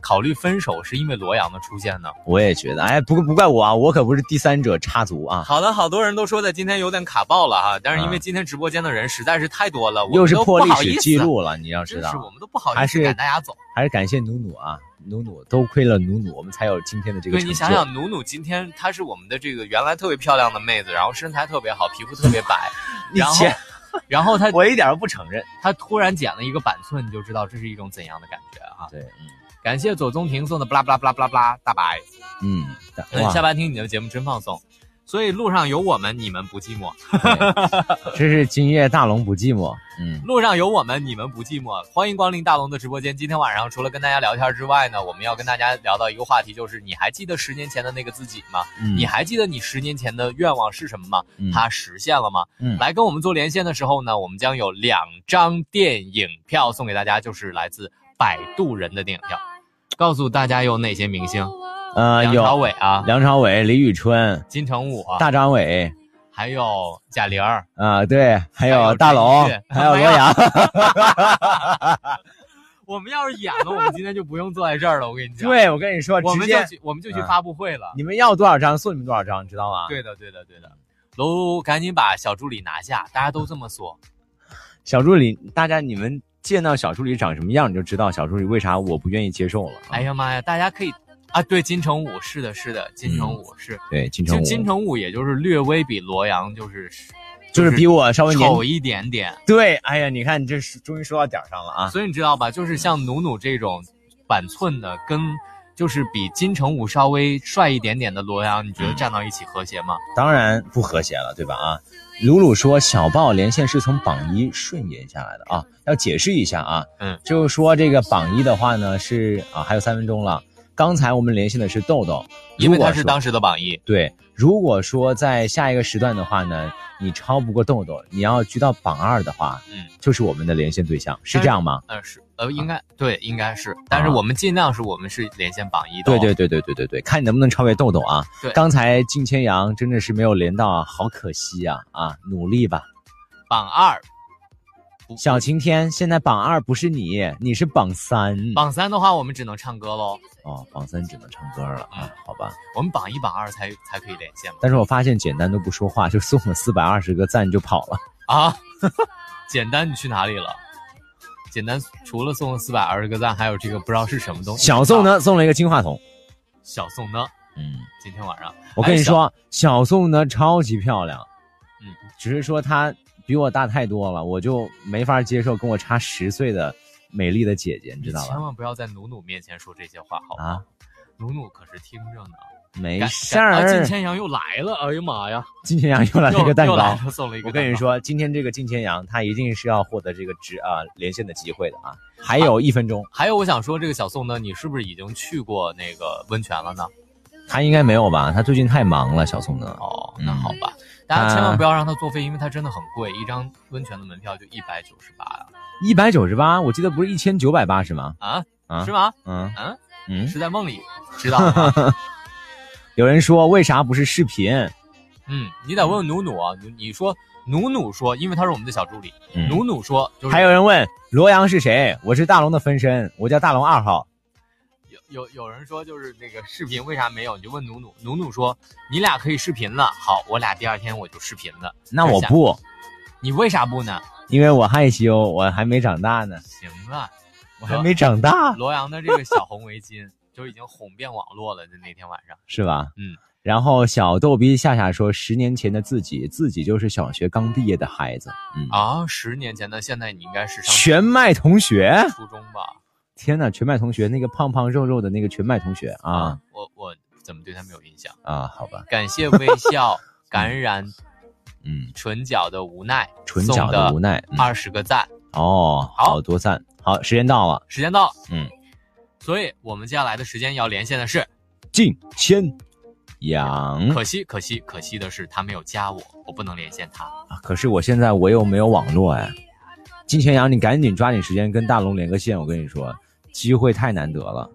S4: 考虑分手是因为罗阳的出现呢？
S3: 我也觉得，哎，不不怪我啊，我可不是第三者插足啊，
S4: 好的，好多人都说的今天有点卡爆了哈，但是因为
S3: 啊
S4: 今天直播间的人实在是太多了，我
S3: 又
S4: 们
S3: 是
S4: 嗯都
S3: 破
S4: 不
S3: 历
S4: 好
S3: 史
S4: 意
S3: 记
S4: 思啊，
S3: 录了，你要知
S4: 真是我
S3: 道，
S4: 们都不好
S3: 还
S4: 意思
S3: 是
S4: 赶大家走。
S3: 还是感谢努努啊，努努都亏了努努，我们才有今天的这个
S4: 对
S3: 成就。
S4: 你
S3: <laughs>
S4: 想想，努努今天她是我们的这个原来特别漂亮的妹子，然后身材特别好，皮肤特别白，
S3: <laughs> 你
S4: 然后
S3: 切
S4: 然后她
S3: <laughs> 我一点都不承认。
S4: 她突然剪了一个板寸，你就知道这是一种怎样的感觉啊！
S3: 对，
S4: 感谢左宗廷送的布拉布拉布拉布拉布拉大白。
S3: 嗯嗯，
S4: 嗯，
S3: 哇
S4: 下班听你的节目真放松，所以路上有我们，你们不寂寞；
S3: 对这是今夜大龙不寂寞。嗯，
S4: 路上有我们，你们不寂寞。欢迎光临大龙的直播间。今天晚上除了跟大家聊天之外呢，我们要跟大家聊到一个话题，就是你还记得十年前的那个自己吗？
S3: 嗯
S4: 你还记得你十年前的愿望是什么吗？
S3: 嗯
S4: 它实现了吗？
S3: 嗯
S4: 来跟我们做连线的时候呢，我们将有两张电影票送给大家，就是来自摆渡人的电影票。告诉大家有哪些明星？
S3: 呃
S4: 梁
S3: 有
S4: 朝伟啊，
S3: 梁朝伟、李宇春、
S4: 金城武啊，
S3: 大张伟。
S4: 还有贾玲儿。
S3: 啊、对，还
S4: 还
S3: 有
S4: 有
S3: 大
S4: 陈
S3: 龙
S4: 奕迅，
S3: 还有
S4: 还
S3: 罗
S4: 有
S3: 阳，
S4: 我们要是演了，我们今天就不用坐在这儿了。我跟你讲，，
S3: 对，我跟你说，
S4: 我
S3: 直
S4: 们就
S3: 接
S4: 去我们就去
S3: 嗯
S4: 发布会了。
S3: 你们要多少张送你们多少张，你知道吗？，
S4: 对的，对的，对的。楼，赶紧把小助理拿下，大家都这么说。
S3: 嗯小助理，大家你们见到小助理长什么样，你就知道小助理为啥我不愿意接受了。啊
S4: 哎，呀妈呀，大家可以啊，对，金城武是的，是的，金城
S3: 嗯
S4: 武是，
S3: 对，金
S4: 就
S3: 城武
S4: 金城武也就是略微比罗阳就是
S3: 就是比我稍微年
S4: 丑一点点，
S3: 对，哎呀，你看你这是终于说到点儿上了啊！
S4: 所以你知道吧？就是像努努这种板寸的，跟就是比金城武稍微帅一点点的罗阳，你觉
S3: 嗯
S4: 得站到一起和谐吗？
S3: 当然不和谐了，对吧？啊，鲁鲁说小豹连线是从榜一顺延下来的啊，要解释一下啊，
S4: 嗯，
S3: 就是说这个榜一的话呢是啊，还有三分钟了，刚才我们连线的是豆豆，
S4: 因为
S3: 如果
S4: 他是
S3: 说
S4: 当时的榜一。
S3: 对，如果说在下一个时段的话呢，你超不过豆豆，你要居到榜二的话，
S4: 嗯，
S3: 就是我们的连线对象，是这样吗？
S4: 呃，是，呃，
S3: 啊
S4: 应该对，应该是，但是我们尽量是我们是连线榜一的、
S3: 对
S4: 哦
S3: 对，对对对对对，看你能不能超越豆豆啊！
S4: 对
S3: 刚才金千阳真的是没有连到啊，好可惜啊啊，努力吧！
S4: 榜二，
S3: 小晴天，现在榜二不是你，你是榜三
S4: 榜三的话，我们只能唱歌喽。
S3: 哦，榜三只能唱歌了啊，好吧。
S4: 我们榜一、榜二才才可以连线嘛。
S3: 但是我发现简单都不说话，就送我四百二十个赞就跑了。
S4: 啊，简单，你去哪里了？简单，除了送了四百二十个赞，还有这个不知道是什么东西。
S3: 小宋？呢，送了一个金话筒。
S4: 小宋呢？
S3: 嗯，
S4: 今天晚上，哎
S3: 我跟你说，小宋呢超级漂亮，
S4: 嗯，
S3: 只是说她比我大太多了，我就没法接受跟我差十岁的美丽的姐姐，你
S4: 你
S3: 知道
S4: 千
S3: 吧？
S4: 万不要在努努面前说这些话，好吗？
S3: 啊，
S4: 努努可是听着呢。
S3: 没
S4: 感
S3: 事
S4: 感啊，
S3: 儿
S4: 金。千阳又来了，哎呀妈呀，
S3: 金千阳又来了一
S4: 又
S3: 个蛋
S4: 又来
S3: 糕。
S4: 了，送了一个。
S3: 我跟你，说，今天这个金千阳，他一定是要获得这个直啊、连线的机会的啊！还有一分钟，
S4: 还有我想说，这个小宋呢，你是不是已经去过那个温泉了呢？
S3: 他应该没有吧？他最近太忙了，小宋呢？
S4: 哦，
S3: 嗯
S4: 那好吧，大家千
S3: 啊
S4: 万不要让它作废，因为它真的很贵，一张温泉的门票就一百九十八啊呀，
S3: 一百九十八，我记得不是一千九百八十吗？
S4: 啊，
S3: 啊
S4: 是，吗？
S3: 嗯
S4: 嗯
S3: 嗯。
S4: 是在梦里知道啊了吗？
S3: 有人说为啥不是视频？
S4: 嗯，你得问问努努啊，你你说努努说，因为他是我们的小助理，
S3: 嗯
S4: 努努说就是
S3: 还有人问罗阳是谁？我是大龙的分身，我叫大龙二号。
S4: 有有有人说就是那个视频为啥没有，你就问努努，努努说你俩可以视频了，好，我俩第二天我就视频了，
S3: 那我不，
S4: 你为啥不呢？
S3: 因为我害羞，我还没长大呢，
S4: 行啊，
S3: 我还没长大，
S4: 罗阳的这个小红围巾就已经哄遍网络了，就那天晚上。
S3: 是吧？
S4: 嗯。
S3: 然后小逗逼夏夏说，十年前的自己，自己就是小学刚毕业的
S4: 哦
S3: 孩子，嗯，
S4: 啊，十年前的，现在你应该是上
S3: 全麦同学，
S4: 初中吧？
S3: 天呐，全麦同学，那个胖胖肉肉的那个全麦同学啊
S4: 我我怎么对他没有印象？
S3: 啊，好吧，
S4: 感谢微
S3: <laughs>
S4: 笑感染
S3: 嗯，
S4: 唇角的无奈，
S3: 唇角的无
S4: 奈，
S3: 奈，嗯
S4: 二十个赞。
S3: 哦，好多赞，好，时间到了，
S4: 时间到了，
S3: 嗯，
S4: 所以我们接下来的时间要连线的是，
S3: 敬先养。
S4: 可惜可惜可惜的是他没有加我，我不能连线他。
S3: 啊可是我现在我又没有网络哎，金钱羊，你赶紧抓紧时间跟大龙连个线，我跟你说，机会太难得了。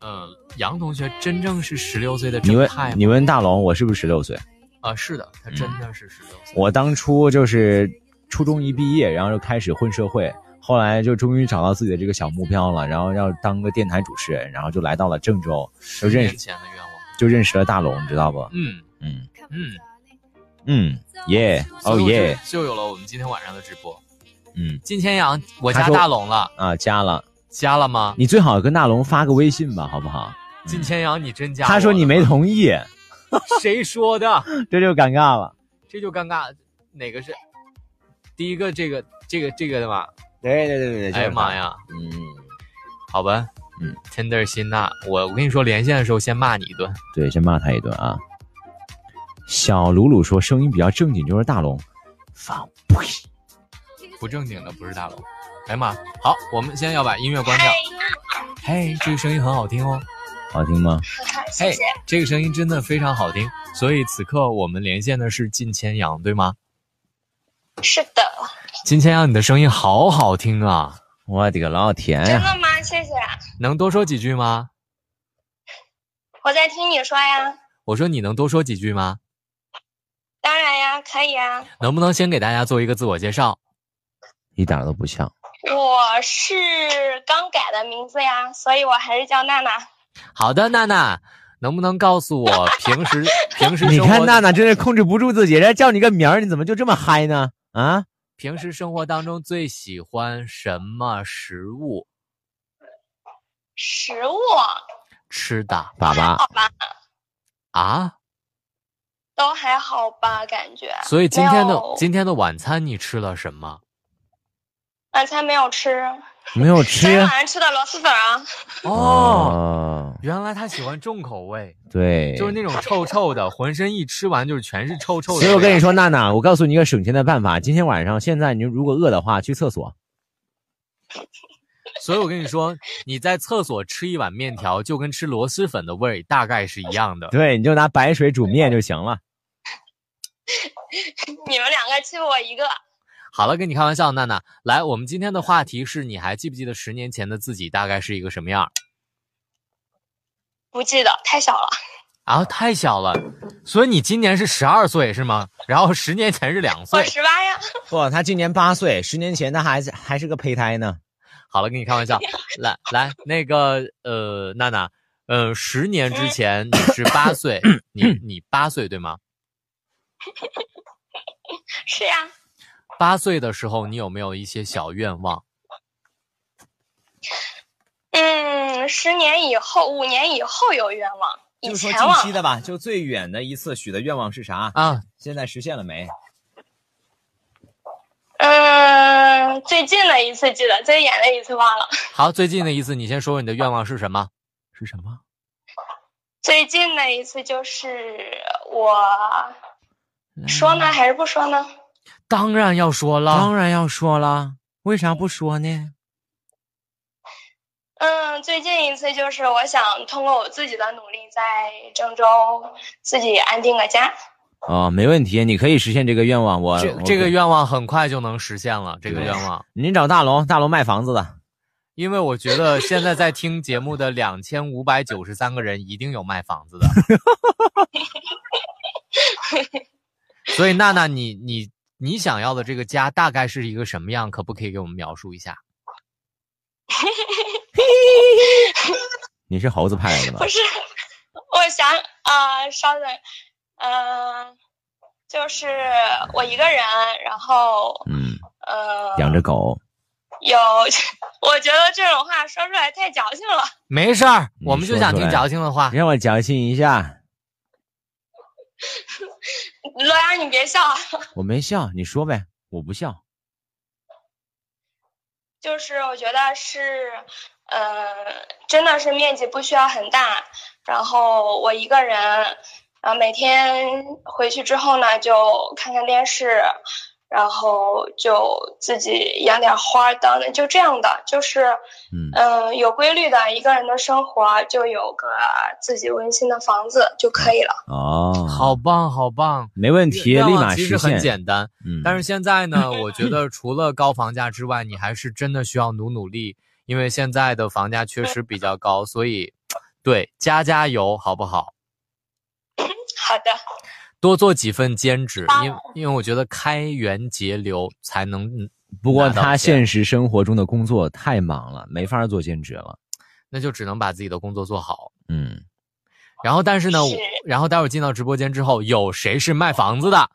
S4: 呃，杨同学真正是十六岁的
S3: 你
S4: 正
S3: 问
S4: 太吗？
S3: 你嗯问大龙，我是不是十六岁？
S4: 啊、是的，他真的是十六岁。
S3: 我当初就是初中一毕业，然后就开始混社会，后来就终于找到自己的这个小目标了，然后要当个电台主持人，然后就来到了郑州，
S4: 十
S3: 就认
S4: 年
S3: 识
S4: 前的愿望。
S3: 就认识了大龙，你知道不？
S4: 嗯
S3: 嗯
S4: 嗯，
S3: 嗯，耶，哦
S4: 所以我
S3: 耶，
S4: 就就有了我们今天晚上的直播。
S3: 嗯
S4: 金千阳，我
S3: 他
S4: 加
S3: 说
S4: 大龙了，
S3: 啊，加了，
S4: 加了吗？
S3: 你最好跟大龙发个微信吧，好不好？
S4: 金千阳，你真加我
S3: 嗯
S4: 了？
S3: 他说你没同意，
S4: 谁说的？
S3: 这就尴尬了。
S4: 这就尴尬，哪个是第一个？这个这个这个的吧？
S3: 对对对对，
S4: 哎呀妈！呀！
S3: 嗯，
S4: 好吧，
S3: 嗯
S4: ，Tender 辛娜，我我跟你说，连线的时候先骂你一顿。
S3: 对，先骂他一顿啊。小鲁鲁说声音比较正经，就是大龙，放屁。
S4: 不正经的不是大龙，哎呀妈，好，我们现在要把音乐关掉。嘿，这个声音很好听哦，
S3: 好听吗？
S4: 嘿，这个声音真的非常好听。所以此刻我们连线的是靳千阳，对吗？
S5: 是的，
S4: 靳千阳，你的声音好好听啊，
S3: 我的个老天
S5: 真
S3: 呀、
S5: 的吗？谢谢，
S4: 能多说几句吗？
S5: 我在听你说呀。
S4: 我说你能多说几句吗？
S5: 当然呀，可以呀。
S4: 能不能先给大家做一个自我介绍？
S3: 一点都不像。
S5: 我是刚改的名字呀，所以我还是叫娜娜。
S4: 好的，娜娜，能不能告诉
S5: <laughs>
S4: 我平时平时
S3: 你
S4: 生
S3: 看
S4: 活
S3: 娜娜真是控制不住自己，人家叫你个名儿，你怎么就这么嗨呢？啊，
S4: 平时生活当中最喜欢什么食物
S5: 食物
S4: 吃的
S3: 粑粑
S5: 好吧，
S4: 啊？
S5: 都还好吧，感觉。
S4: 所以今天的
S5: 没有
S4: 今天的晚餐你吃了什么？
S5: 晚餐没有吃，
S3: 没有
S5: 昨天
S3: 吃
S5: 晚上吃的螺蛳粉啊。 <laughs>
S4: 哦，原来他喜欢重口味，
S3: 对，
S4: 就是那种臭臭的，浑身一吃完就是全是臭臭的。
S3: 所以我跟你，说，娜娜，我告诉你一个省钱的办法，今天晚上现在你如果饿的话，去厕所。
S4: 所以我跟你说，你在厕所吃一碗面条，就跟吃螺蛳粉的味儿大概是一样的。
S3: 对，你就拿白水煮面就行了。
S5: 你们两个欺负我一个，
S4: 好了，跟你开玩笑，娜娜。来，我们今天的话题是你还记不记得十年前的自己大概是一个什么样儿？
S5: 不记得，太小了。
S4: 啊，太小了，所以你今年是十二岁是吗？然后十年前是两 <laughs>
S5: 我
S4: 岁。
S5: 十八呀，
S3: 不，他今年八岁，十年前他还是还是个胚胎呢。
S4: 好了，跟你开 <laughs> 玩笑。来来，那个呃，娜娜，呃，十年之前你是八岁，你你八岁对吗？
S5: 是呀，
S4: 八岁的时候，你有没有一些小愿望？
S5: 嗯，十年以后，五年以后有愿望，以
S3: 就说
S5: 前
S3: 近
S5: 忘
S3: 期
S5: 了。
S3: 的吧，就最远的一次许的愿望是啥？
S4: 啊，
S3: 现在实现了没？
S5: 嗯，最近的一次记得，最远的一次忘了。
S4: 好，最近的一次，你先说说你的愿望是什么？
S3: 是什么？
S5: 最近的一次就是我
S3: 嗯
S5: 说呢，还是不说呢？
S4: 当然要说了，
S3: 当然要说了，为啥不说呢？
S5: 嗯，最近一次就是我想通过我自己的努力，在郑州自己安定个家。
S3: 哦，没问题，你可以实现这个愿望。我
S4: 这
S3: 我
S4: 这个愿望很快就能实现了，这个愿望。
S3: 您找大龙，大龙卖房子的。
S4: 因为我觉得现在在听节目的两千五百九十三个人一定有卖房子的，所以娜娜，你你你想要的这个家大概是一个什么样？可不可以给我们描述一下？
S3: 你是猴子派来的吗
S5: 不？是，我想啊、呃稍等，嗯、就是我一个人，然后
S3: 嗯，
S5: 呃，
S3: 养着狗，
S5: 有， <laughs> 我觉得这种话说出来太矫情了。
S4: 没事儿，
S3: 你
S4: 我们就想听矫情的话。
S3: 让我矫情一下。
S5: 罗阳，你别笑啊，
S3: 我没笑，你说呗，我不笑。
S5: 就是我觉得是，呃，真的是面积不需要很大，然后我一个人，然后每天回去之后呢，就看看电视，然后就自己养点花儿等等，就这样的，就是
S3: 嗯
S5: 嗯、有规律的一个人的生活，就有个自己温馨的房子就可以了。
S3: 哦，
S4: 呃好，棒，好棒！
S3: 没问题，
S4: 愿
S3: 立
S4: 望
S3: 马
S4: 其
S3: 实
S4: 实很
S3: 现。
S4: 简单，
S3: 嗯，
S4: 但是现在呢，
S3: <laughs>
S4: 我觉得除了高房价之外，你还是真的需要努努力，因为现在的房价确实比较高，所以对加加油好不好？
S5: 好的，
S4: 多做几份兼职，
S5: 当
S4: 因为因为我觉得开源节流才能。嗯
S3: 不过
S4: 拿到
S3: 他
S4: 钱
S3: 现实生活中的工作太忙了，没法做兼职了。
S4: 那就只能把自己的工作做好。
S3: 嗯，
S4: 然后，但是呢，
S5: 是
S4: 我然后待会儿进到直播间之后，有谁是卖房子的？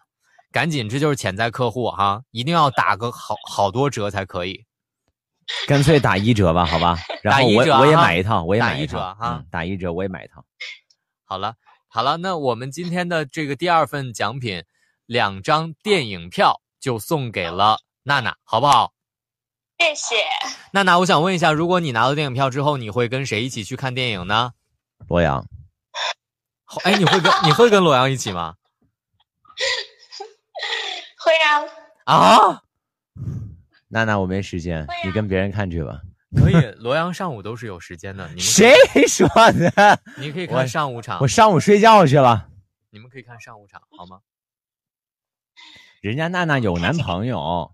S4: 赶紧，这就是潜在客户哈、一定要打个好好多折才可以。
S3: 干脆打一折吧，好
S4: <laughs>
S3: 吧？然
S4: 打
S3: 后
S4: 一
S3: 我
S4: 折啊
S3: 我也买一套，我也
S4: 打
S3: 买
S4: 一
S3: 一套
S4: 折哈
S3: 嗯打一折我也买一套。
S4: 好了，好了，那我们今天的这个第二份奖品，两张电影票就送给了娜娜，好不好？
S5: 谢谢。
S4: 娜娜，我想问一下，如果你拿到电影票之后，你会跟谁一起去看电影呢？
S3: 罗阳，
S4: 好哎，你会跟你会跟罗阳一起吗？
S5: 会啊，
S4: 啊，
S3: 娜娜我没时间
S5: 对，呀
S3: 你跟别人看去吧。
S4: 可以，罗阳上午都是有时间的，你们
S3: <laughs> 谁说
S4: <laughs>
S3: 的？
S4: 你可以
S3: 我
S4: 看上午场
S3: 我，上午睡觉去了。
S4: 你们可以看上午场，好吗？
S3: 人家娜娜有男朋友。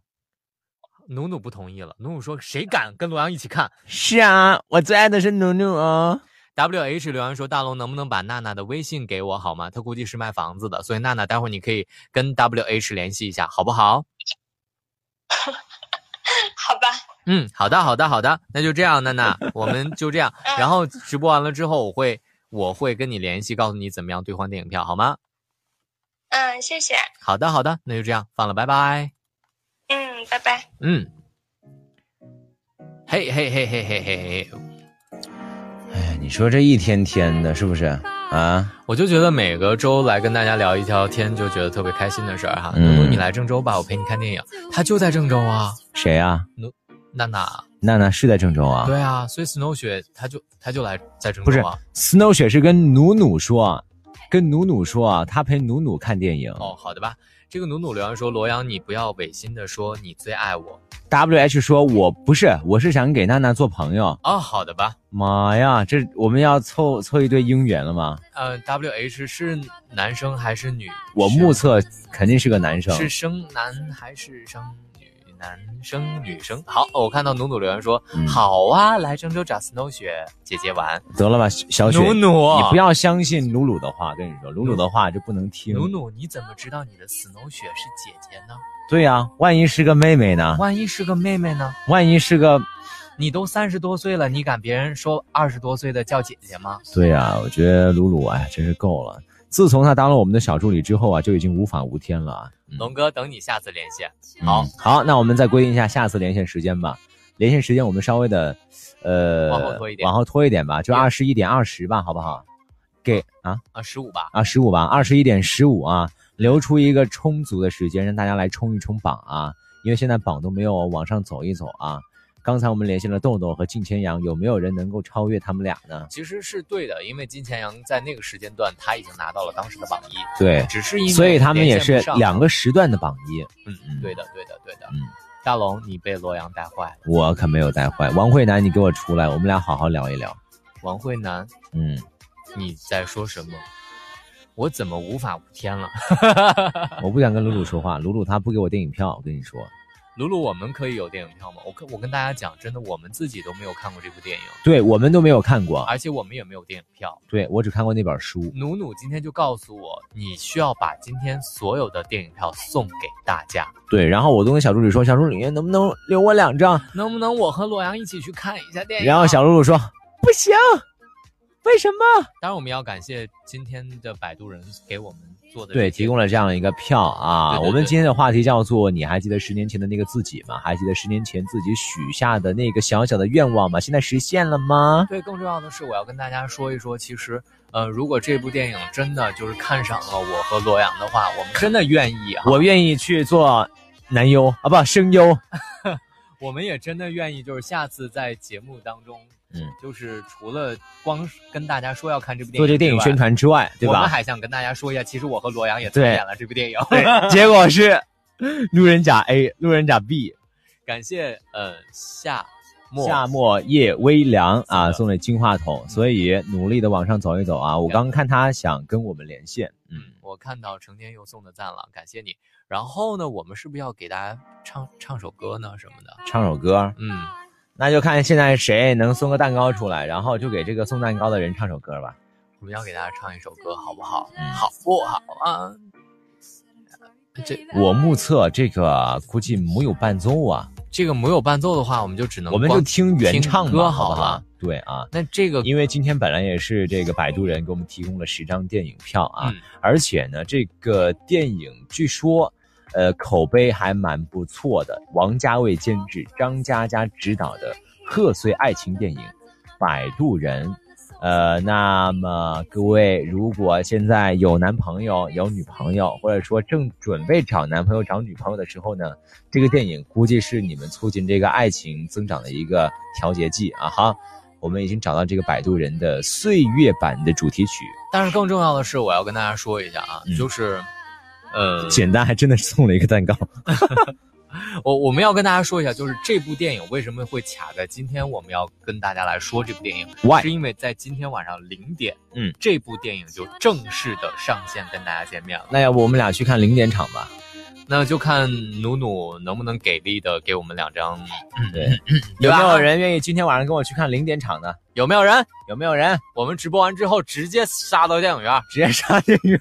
S4: 努努不同意了，努努说谁敢跟罗阳一起看
S3: 是啊，我最爱的是努努哦。
S4: ？W H 刘洋说大龙能不能把娜娜的微信给我好吗？她估计是卖房子的，所以娜娜待会儿你可以跟 W H 联系一下，好不好？
S5: 好吧，
S4: 嗯，好的，好的，好的，那就这样，娜娜，我们就这样。然后直播完了之后，我会我会跟你联系，告诉你怎么样兑换电影票，好吗？
S5: 嗯，谢谢，
S4: 好的，好的，那就这样，放了，拜拜。
S5: 嗯，拜拜。
S4: 嗯，嘿嘿嘿嘿嘿嘿嘿，
S3: 哎，你说这一天天的，是不是啊？
S4: 我就觉得每个周来跟大家聊一条天，就觉得特别开心的事儿哈。
S3: 嗯
S4: 如果你来郑州吧，我陪你看电影。他就在郑州啊，
S3: 谁啊？
S4: 娜娜。
S3: 娜娜是在郑州啊？
S4: 对啊，所以 Snow 雪他就他就来在郑
S3: 不是
S4: 州啊。
S3: ，Snow 雪是跟努努说，跟努努说，他陪努努看电影。
S4: 哦，好的吧。这个努努留言说：“罗阳，你不要违心的说你最爱我
S3: W H 说，我不是，我是想给娜娜做朋友。
S4: 哦，好的吧。
S3: 妈呀，这我们要凑凑一对姻缘了吗？
S4: 呃，W H 是男生还是女？
S3: 我目测肯定是个男生。
S4: 是生男还是生女？男生女生？好，哦我看到努努留言说：
S3: 嗯
S4: 好啊，来郑州找 Snow 雪姐姐玩。
S3: 得了吧，小雪，
S4: 努努，
S3: 你不要相信鲁鲁的话，跟你说，鲁鲁的话就不能听。
S4: 努努，你怎么知道你的 Snow 雪是姐姐呢？
S3: 对呀、万一是个妹妹呢？
S4: 万一是个妹妹呢？
S3: 万一是个……
S4: 你都三十多岁了，你敢别人说二十多岁的叫姐姐吗？
S3: 对呀、我觉得鲁鲁哎，真是够了。自从他当了我们的小助理之后啊，就已经无法无天了啊。嗯
S4: 龙哥，等你下次联系。好
S3: 嗯，好，那我们再规定一下下次连线时间吧。连线时间我们稍微的，呃，
S4: 往后拖一点
S3: 往后拖一点吧，就
S4: 对
S3: 二十一点二十吧，好不好？给啊
S4: 啊，十五吧。
S3: 啊十五吧，二十一点十五啊，留出一个充足的时间让大家来冲一冲榜啊，因为现在榜都没有往上走一走啊。刚才我们连线了豆豆和敬千阳，有没有人能够超越他们俩呢？
S4: 其实是对的，因为金钱阳在那个时间段他已经拿到了当时的榜一，
S3: 对，
S4: 只是因为
S3: 所以他们也是
S4: 连线不上
S3: 两个时段的榜一。
S4: 嗯嗯，对的对的对的。
S3: 嗯，
S4: 大龙，你被罗阳带坏了。
S3: 我可没有带坏。王慧楠，你给我出来，我们俩好好聊一聊。
S4: 王慧楠，
S3: 嗯，
S4: 你在说什么？我怎么无法无天了？ <laughs>
S3: 我不想跟鲁鲁说话，鲁鲁他不给我电影票，我跟你说。
S4: 鲁鲁，我们可以有电影票吗？我跟我跟大家讲，真的，我们自己都没有看过这部电影，
S3: 对我们都没有看过，
S4: 而且我们也没有电影票。
S3: 对我只看过那本书。
S4: 努努今天就告诉我，你需要把今天所有的电影票送给大家，
S3: 对，然后我都跟小助理说，小助理能不能留我两张？
S4: 能不能我和洛阳一起去看一下电影？啊
S3: 然后小，露露说不行，为什么？
S4: 当然我们要感谢今天的摆渡人给我们做的
S3: 对，
S4: 这些
S3: 提供了这样一个票啊。
S4: 对对对
S3: 我们今天的话题叫做“你还记得十年前的那个自己吗？还记得十年前自己许下的那个小小的愿望吗？现在实现了吗
S4: 对，更重要的是，我要跟大家说一说，其实，呃，如果这部电影真的就是看上了我和罗阳的话，我们真的愿意啊，？”
S3: 我愿意去做男优啊，不声优。
S4: 我们也真的愿意，就是下次在节目当中，
S3: 嗯，
S4: 就是除了光跟大家说要看这部电影，
S3: 做这个电影宣，传之外，对
S4: 我们
S3: 吧？
S4: 还想跟大家说一下，其实我和罗阳也参
S3: 对
S4: 演了这部电影。
S3: <laughs> 对，结果是路人甲 A，路人甲 B，
S4: <laughs> 感谢呃夏末
S3: 夏末夜微凉
S4: 是
S3: 啊，
S4: 的
S3: 送给金话筒，所以努力的往上走一走啊！我刚看他想跟我们连线，嗯，
S4: 我看到成天又送的赞了，感谢你。然后呢，我们是不是要给大家唱唱首歌呢什么的？
S3: 唱首歌，
S4: 嗯，
S3: 那就看现在谁能送个蛋糕出来，然后就给这个送蛋糕的人唱首歌吧。
S4: 我们要给大家唱一首歌，好不好？
S3: 嗯
S4: 好不好啊？这
S3: 我目测这个估计没有伴奏啊，
S4: 这个没有伴奏的话，我们就只能
S3: 我们就
S4: 光
S3: 听原唱吧
S4: 歌
S3: 好
S4: 好
S3: 不好
S4: 了。？
S3: 对啊，
S4: 那这个
S3: 因为今天本来也是这个摆渡人给我们提供了十张电影票啊，
S4: 嗯
S3: 而且呢，这个电影据说，呃，口碑还蛮不错的。王家卫监制，张嘉佳执导的贺岁爱情电影《摆渡人》。呃，那么各位，如果现在有男朋友、有女朋友，或者说正准备找男朋友、找女朋友的时候呢，这个电影估计是你们促进这个爱情增长的一个调节剂啊！哈，我们已经找到这个摆渡人的岁月版的主题曲，
S4: 但是更重要的是，我要跟大家说一下啊，
S3: 嗯
S4: 就是，呃，
S3: 简单还真的是送了一个蛋糕。
S4: 我我们要跟大家说一下，就是这部电影为什么会卡在今天，我们要跟大家来说这部电影
S3: Why？
S4: 是因为在今天晚上零点，
S3: 嗯，
S4: 这部电影就正式的上线跟大家见面了。
S3: 那要不我们俩去看零点场吧？
S4: 那就看努努能不能给力的给我们两张，
S3: 对，
S4: 对
S3: 有
S4: 吧
S3: 没有人愿意今天晚上跟我去看零点场的？
S4: 有没有人？
S3: 有没有人
S4: 我们直播完之后直接杀到电影院。
S3: 直接上电影院，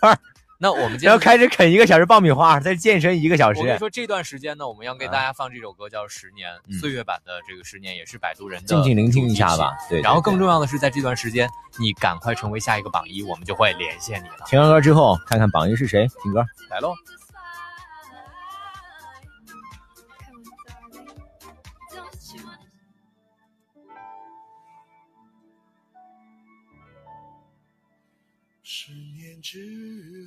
S4: 那我们
S3: 然
S4: 今天
S3: 后开始啃一个小时爆米花，再健身一个小时
S4: 我？跟你说，这段时间呢，我们要给大家放这首歌，叫《十年》，
S3: 嗯
S4: 岁月版的这个《十年》，也是摆渡人的
S3: 静静聆听一下
S4: 主题曲
S3: 吧。。对，
S4: 然后更
S3: 对
S4: 重要的是，在这段时间，你赶快成为下一个榜一，我们就会连线你了
S3: 对。听完歌之后，看看榜一是谁。听歌。
S4: 来喽！
S6: 十年之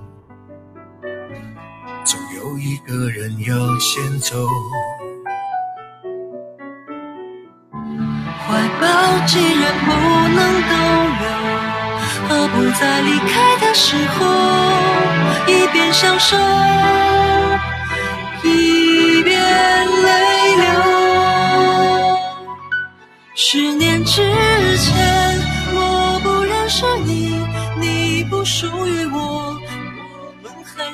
S6: 总有一个人要先走。
S7: 怀抱既然不能逗留，何不在离开的时候，一边享受，一边泪流？十年之前，我不认识你，你不属于我，我们还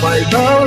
S6: 怀抱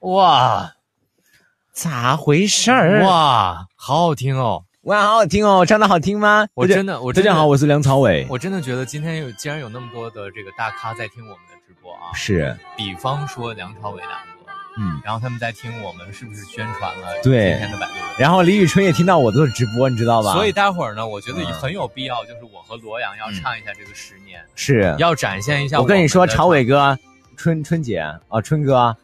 S4: 哇
S3: 咋回事儿？哇
S4: 哇，哎好好听哦！
S3: 哇，好好听哦，唱的好听吗？
S4: 我真的，我
S3: 大
S4: 真的
S3: 家好，我是梁朝伟。
S4: 我真的觉得今天有，既然有那么多的这个大咖在听我们的直播啊，
S3: 是，
S4: 比方说梁朝伟大哥，
S3: 嗯。
S4: 然后他们在听我们是不是宣传了今
S3: 对
S4: 天的百度人？
S3: 然后李宇春也听到我的直播，你知道吧？
S4: 所以待会儿呢，我觉得
S3: 嗯
S4: 很有必要，就是我和罗阳要唱一下这个十年，
S3: 是
S4: 要展现一下
S3: 嗯我
S4: 们
S3: 跟你
S4: 的
S3: 说，朝伟哥，春春姐啊，春
S4: <laughs>
S3: 哥，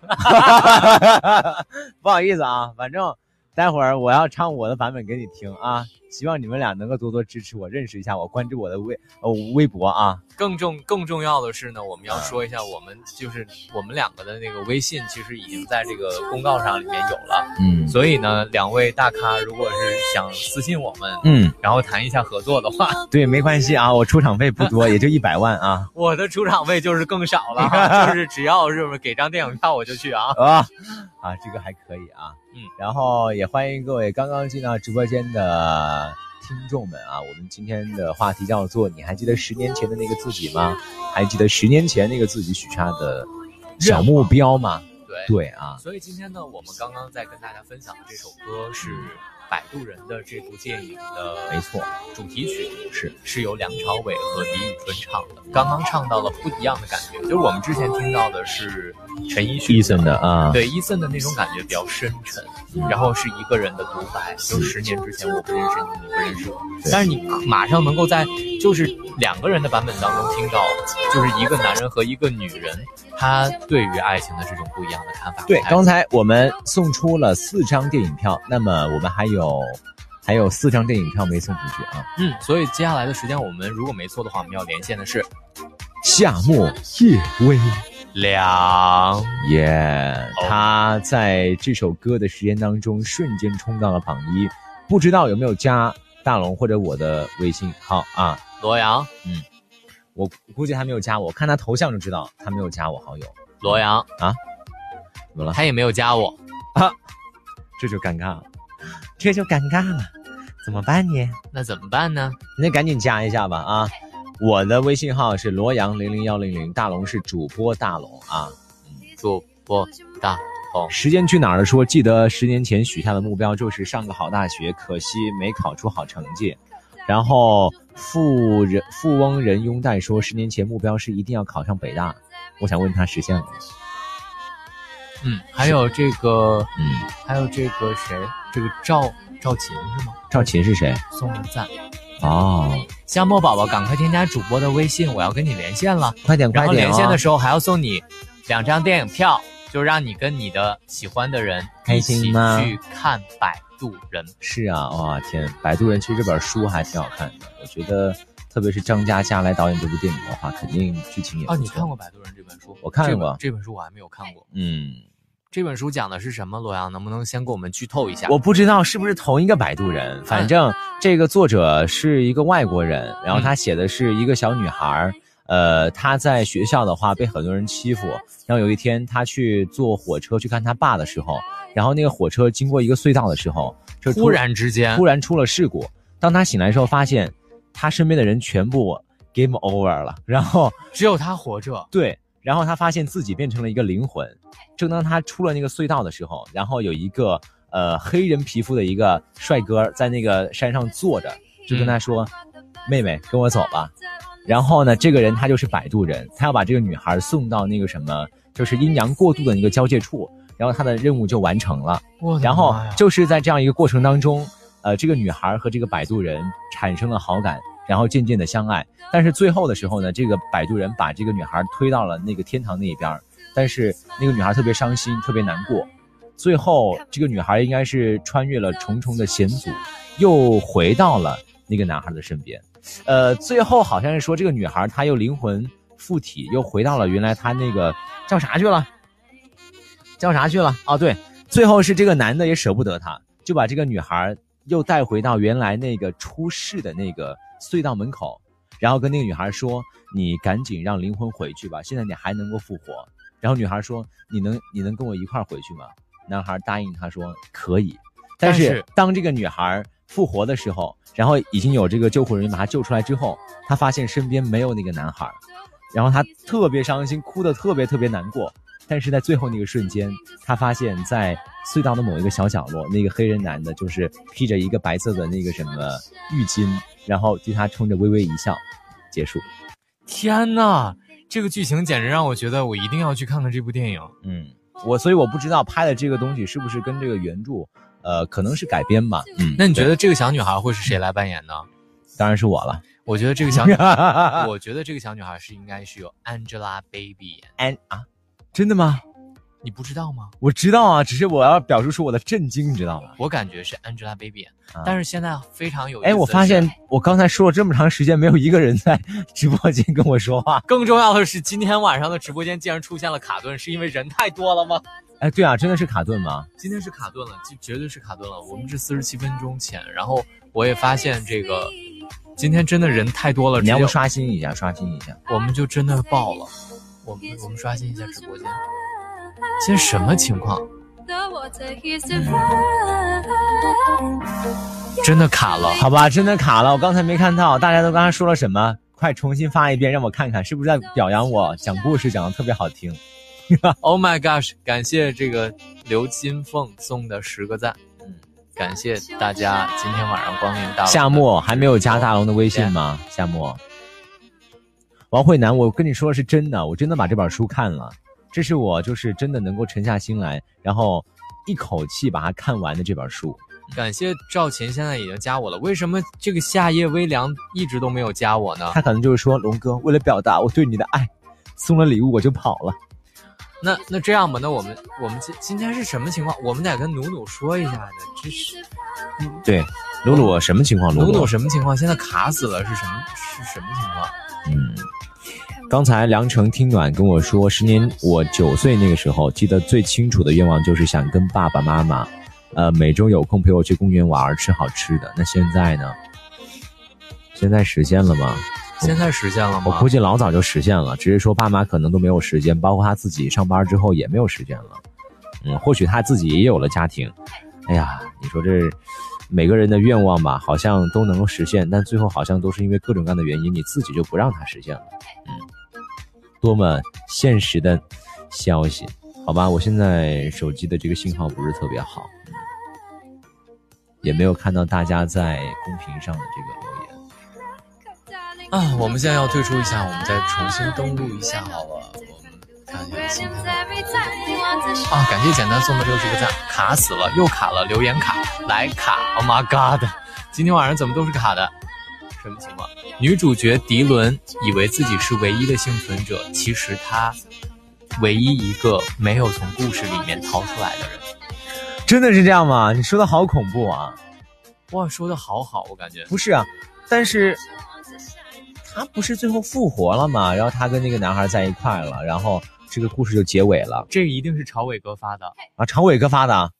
S3: <laughs> 不好意思啊，反正待会儿我要唱我的版本给你听啊，希望你们俩能够多多支持我，认识一下我，关注我的微呃微博啊，
S4: 更重更重要的是呢，我们要说一下，我们就是我们两个的那个微信，其实已经在这个公告上里面有了。
S3: 嗯
S4: 所以呢，两位大咖如果是想私信我们，
S3: 嗯，
S4: 然后谈一下合作的 <laughs> 话，
S3: 对，没关系啊，我出场费不
S4: <laughs>
S3: 多，也就一百万啊
S4: 我的出场费就是更少了哈，就是只要是不是给张电影票我就去啊。
S3: <laughs> 啊啊，这个还可以啊，
S4: 嗯，
S3: 然后也欢迎各位刚刚进到直播间的。听众们啊，我们今天的话题叫做“你还记得十年前的那个自己吗？还记得十年前那个自己许下的小目标吗？
S4: 对，
S3: 对啊，
S4: 所以今天呢，我们刚刚在跟大家分享的这首歌是《摆渡人》的这部电影的
S3: 没错，
S4: 主题曲，
S3: 是
S4: 是由梁朝伟和李宇春唱的。刚刚唱到了不一样的感觉，就是我们之前听到的是陈奕迅
S3: Eason 的啊，
S4: 对 Eason 的那种感觉比较深沉，然后是一个人的独白，就十年之前我不认识你，你不认识我，
S3: 对
S4: 但是你马上能够在就是两个人的版本当中听到，就是一个男人和一个女人，他对于爱情的这种不一样的看法。
S3: 对，
S4: 还有
S3: 刚才我们送出了四张电影票，那么我们还有还有四张电影票没送出去啊。
S4: 嗯，所以接下来的时间，我们如果没错的话，我们要连线的是
S3: 夏末夜微
S4: 梁。
S3: 耶他在这首歌的时间当中瞬间冲到了榜一，不知道有没有加大龙或者我的微信号啊？
S4: 罗阳，
S3: 我估计他没有加我，看他头像就知道他没有加我好友，
S4: 罗阳，
S3: 怎么了？
S4: 他也没有加我。
S3: 这就尴尬了，这就尴尬了，怎么办呢？
S4: 那怎么办呢？
S3: 那赶紧加一下吧啊！我的微信号是罗阳零零幺零零，大龙是主播大龙啊。
S4: 主播大龙，
S3: 时间去哪儿了说？记得十年前许下的目标就是上个好大学，可惜没考出好成绩。然后富人富翁人拥戴说，十年前目标是一定要考上北大。我想问他实现了吗？
S4: 嗯，还有这个，
S3: 嗯，
S4: 还有这个谁，这个赵赵琴是吗？
S3: 赵琴是谁？
S4: 送了赞。
S3: 哦，
S4: 夏沫宝宝，赶快添加主播的微信，我要跟你连线了。
S3: 快点
S4: 然
S3: 快
S4: 后
S3: 点、
S4: 连
S3: 哦！
S4: 线的时候还要送你两张电影票，就让你跟你的喜欢的人
S3: 开
S4: 一
S3: 心
S4: 起
S3: 吗
S4: 去看《摆渡人》。
S3: 是啊，哇天，《摆渡人》其实这本书还挺好看的，我觉得，特别是张嘉佳来导演这部电影的话，肯定剧情也不错。
S4: 哦，你看过《摆渡人》这本书？
S3: 我看
S4: 这
S3: 过
S4: 本这本书我还没有看过。
S3: 嗯，
S4: 这本书讲的是什么？罗阳，能不能先给我们剧透一下？
S3: 我不知道是不是同一个摆渡人，反
S4: 嗯
S3: 正这个作者是一个外国人，然后他写的是一个小女孩儿，呃，她在学校的话被很多人欺负，然后有一天她去坐火车去看她爸的时候，然后那个火车经过一个隧道的时候，就
S4: 突然之间，
S3: 突然出了事故。当他醒来之后，发现他身边的人全部 game over 了。然后
S4: 只有他活着。
S3: 对，然后他发现自己变成了一个灵魂。正当他出了那个隧道的时候，然后有一个呃黑人皮肤的一个帅哥在那个山上坐着，就跟他说：“妹妹，跟我走吧。”然后呢，这个人他就是摆渡人，他要把这个女孩送到那个什么，就是阴阳过渡的一个交界处，然后他的任务就完成了。
S4: 我的
S3: 然后
S4: 哎妈呀
S3: 就是在这样一个过程当中，呃，这个女孩和这个摆渡人产生了好感，然后渐渐的相爱。但是最后的时候呢，这个摆渡人把这个女孩推到了那个天堂那一边儿，但是那个女孩特别伤心，特别难过。最后，这个女孩应该是穿越了重重的险阻，又回到了那个男孩的身边。呃，最后好像是说这个女孩她又灵魂附体，又回到了原来她那个叫啥去了？叫啥去了？啊，对，最后是这个男的也舍不得她，就把这个女孩又带回到原来那个出事的那个隧道门口，然后跟那个女孩说：“你赶紧让灵魂回去吧，现在你还能够复活。”然后女孩说：“你能你能跟我一块儿回去吗？”男孩答应她说：“可以。”但
S4: 但
S3: 是
S4: 是
S3: 当这个女孩复活的时候，然后已经有这个救护人员把她救出来之后，她发现身边没有那个男孩，然后她特别伤心，哭得特别特别难过。但是在最后那个瞬间，她发现，在隧道的某一个小角落，那个黑人男的就是披着一个白色的那个什么浴巾，然后对她冲着微微一笑，结束。
S4: 天呐，这个剧情简直让我觉得我一定要去看看这部电影。
S3: 嗯，我所以我不知道拍的这个东西是不是跟这个原著，呃，可能是改编吧。嗯，
S4: 那你觉得这个小女孩会是谁来扮演呢？
S3: 当然是我 <laughs> 了。哎
S4: 我觉得这个小女，我觉得这个小女孩是应该是由 Angelababy 演，
S3: 安啊，真的吗？
S4: 你不知道吗？
S3: 我知道啊，只是我要表述出我的震惊，你知道吗？
S4: 我感觉是 Angelababy 演，
S3: 啊
S4: 但是现在非常有意思的
S3: 哎，
S4: 是。
S3: 我发现我刚才说了这么长时间，没有一个人在直播间跟我说话。
S4: 更重要的是，今天晚上的直播间竟然出现了卡顿，是因为人太多了吗？
S3: 哎，对啊，真的是卡顿吗？
S4: 今天是卡顿了，就绝对是卡顿了。我们是四十七分钟前，然后我也发现这个今天真的人太多了，
S3: 你要
S4: 直
S3: 不
S4: 接
S3: 刷新一下，刷新一下。
S4: 我们就真的爆了。我们我们刷新一下直播间，现在什么情况？真的卡了。
S3: 好吧，真的卡了，我刚才没看到，大家都刚才说了什么？快重新发一遍，让我看看是不是在表扬我讲故事讲的特别好听。
S4: <laughs> Oh my gosh！感谢这个刘金凤送的十个赞，嗯，感谢大家今天晚上光临大龙的
S3: 夏沫还没有加大哦龙的微信吗？夏沫，王慧楠，我跟你说的是真的，我真的把这本书看了，这是我就是真的能够沉下心来，然后一口气把它看完的这本书。
S4: 感谢赵琴，现在已经加我了。为什么这个夏夜微凉一直都没有加我呢
S3: 他？可能就是说，龙哥，为了表达我对你的爱，送了礼物我就跑了。
S4: 那那这样吧，那我们我们今今天是什么情况？我们得跟努努说一下的，这是嗯
S3: 对，鲁鲁什么情况？
S4: 努努什么情况？现在卡死了是什么是什么情况？
S3: 嗯，刚才梁成听暖跟我说，十年我九岁那个时候，记得最清楚的愿望就是想跟爸爸妈妈，呃，每周有空陪我去公园玩，吃好吃的。那现在呢？现在实现了吗？
S4: 现在实现了
S3: 我
S4: 吗？
S3: 估计老早就实现了，只是说爸妈可能都没有时间，包括他自己上班之后也没有时间了。嗯，或许他自己也有了家庭。哎呀，你说这每个人的愿望吧，好像都能够实现，但最后好像都是因为各种各样的原因，你自己就不让他实现了。嗯，多么现实的消息，好吧？我现在手机的这个信号不是特别好，嗯、也没有看到大家在公屏上的这个留言。
S4: 啊，我们现在要退出一下，我们再重新登录一下好了。我们看一下今天的。啊，感谢简单送的六十个赞，卡死了，又卡了，留言卡，来卡，Oh my god！今 <laughs> 天晚上怎么都是卡的？什么情况？女主角迪伦以为自己是唯一的幸存者，其实她唯一一个没有从故事里面逃出来的人。
S3: 真的是这样吗？你说的好恐怖啊！
S4: 哇，说的好好，我感觉
S3: 不是啊，但是他不是最后复活了吗？然后他跟那个男孩在一块儿了，然后这个故事就结尾了
S4: 这一定是朝伟哥发的，
S3: 啊。常伟哥发的，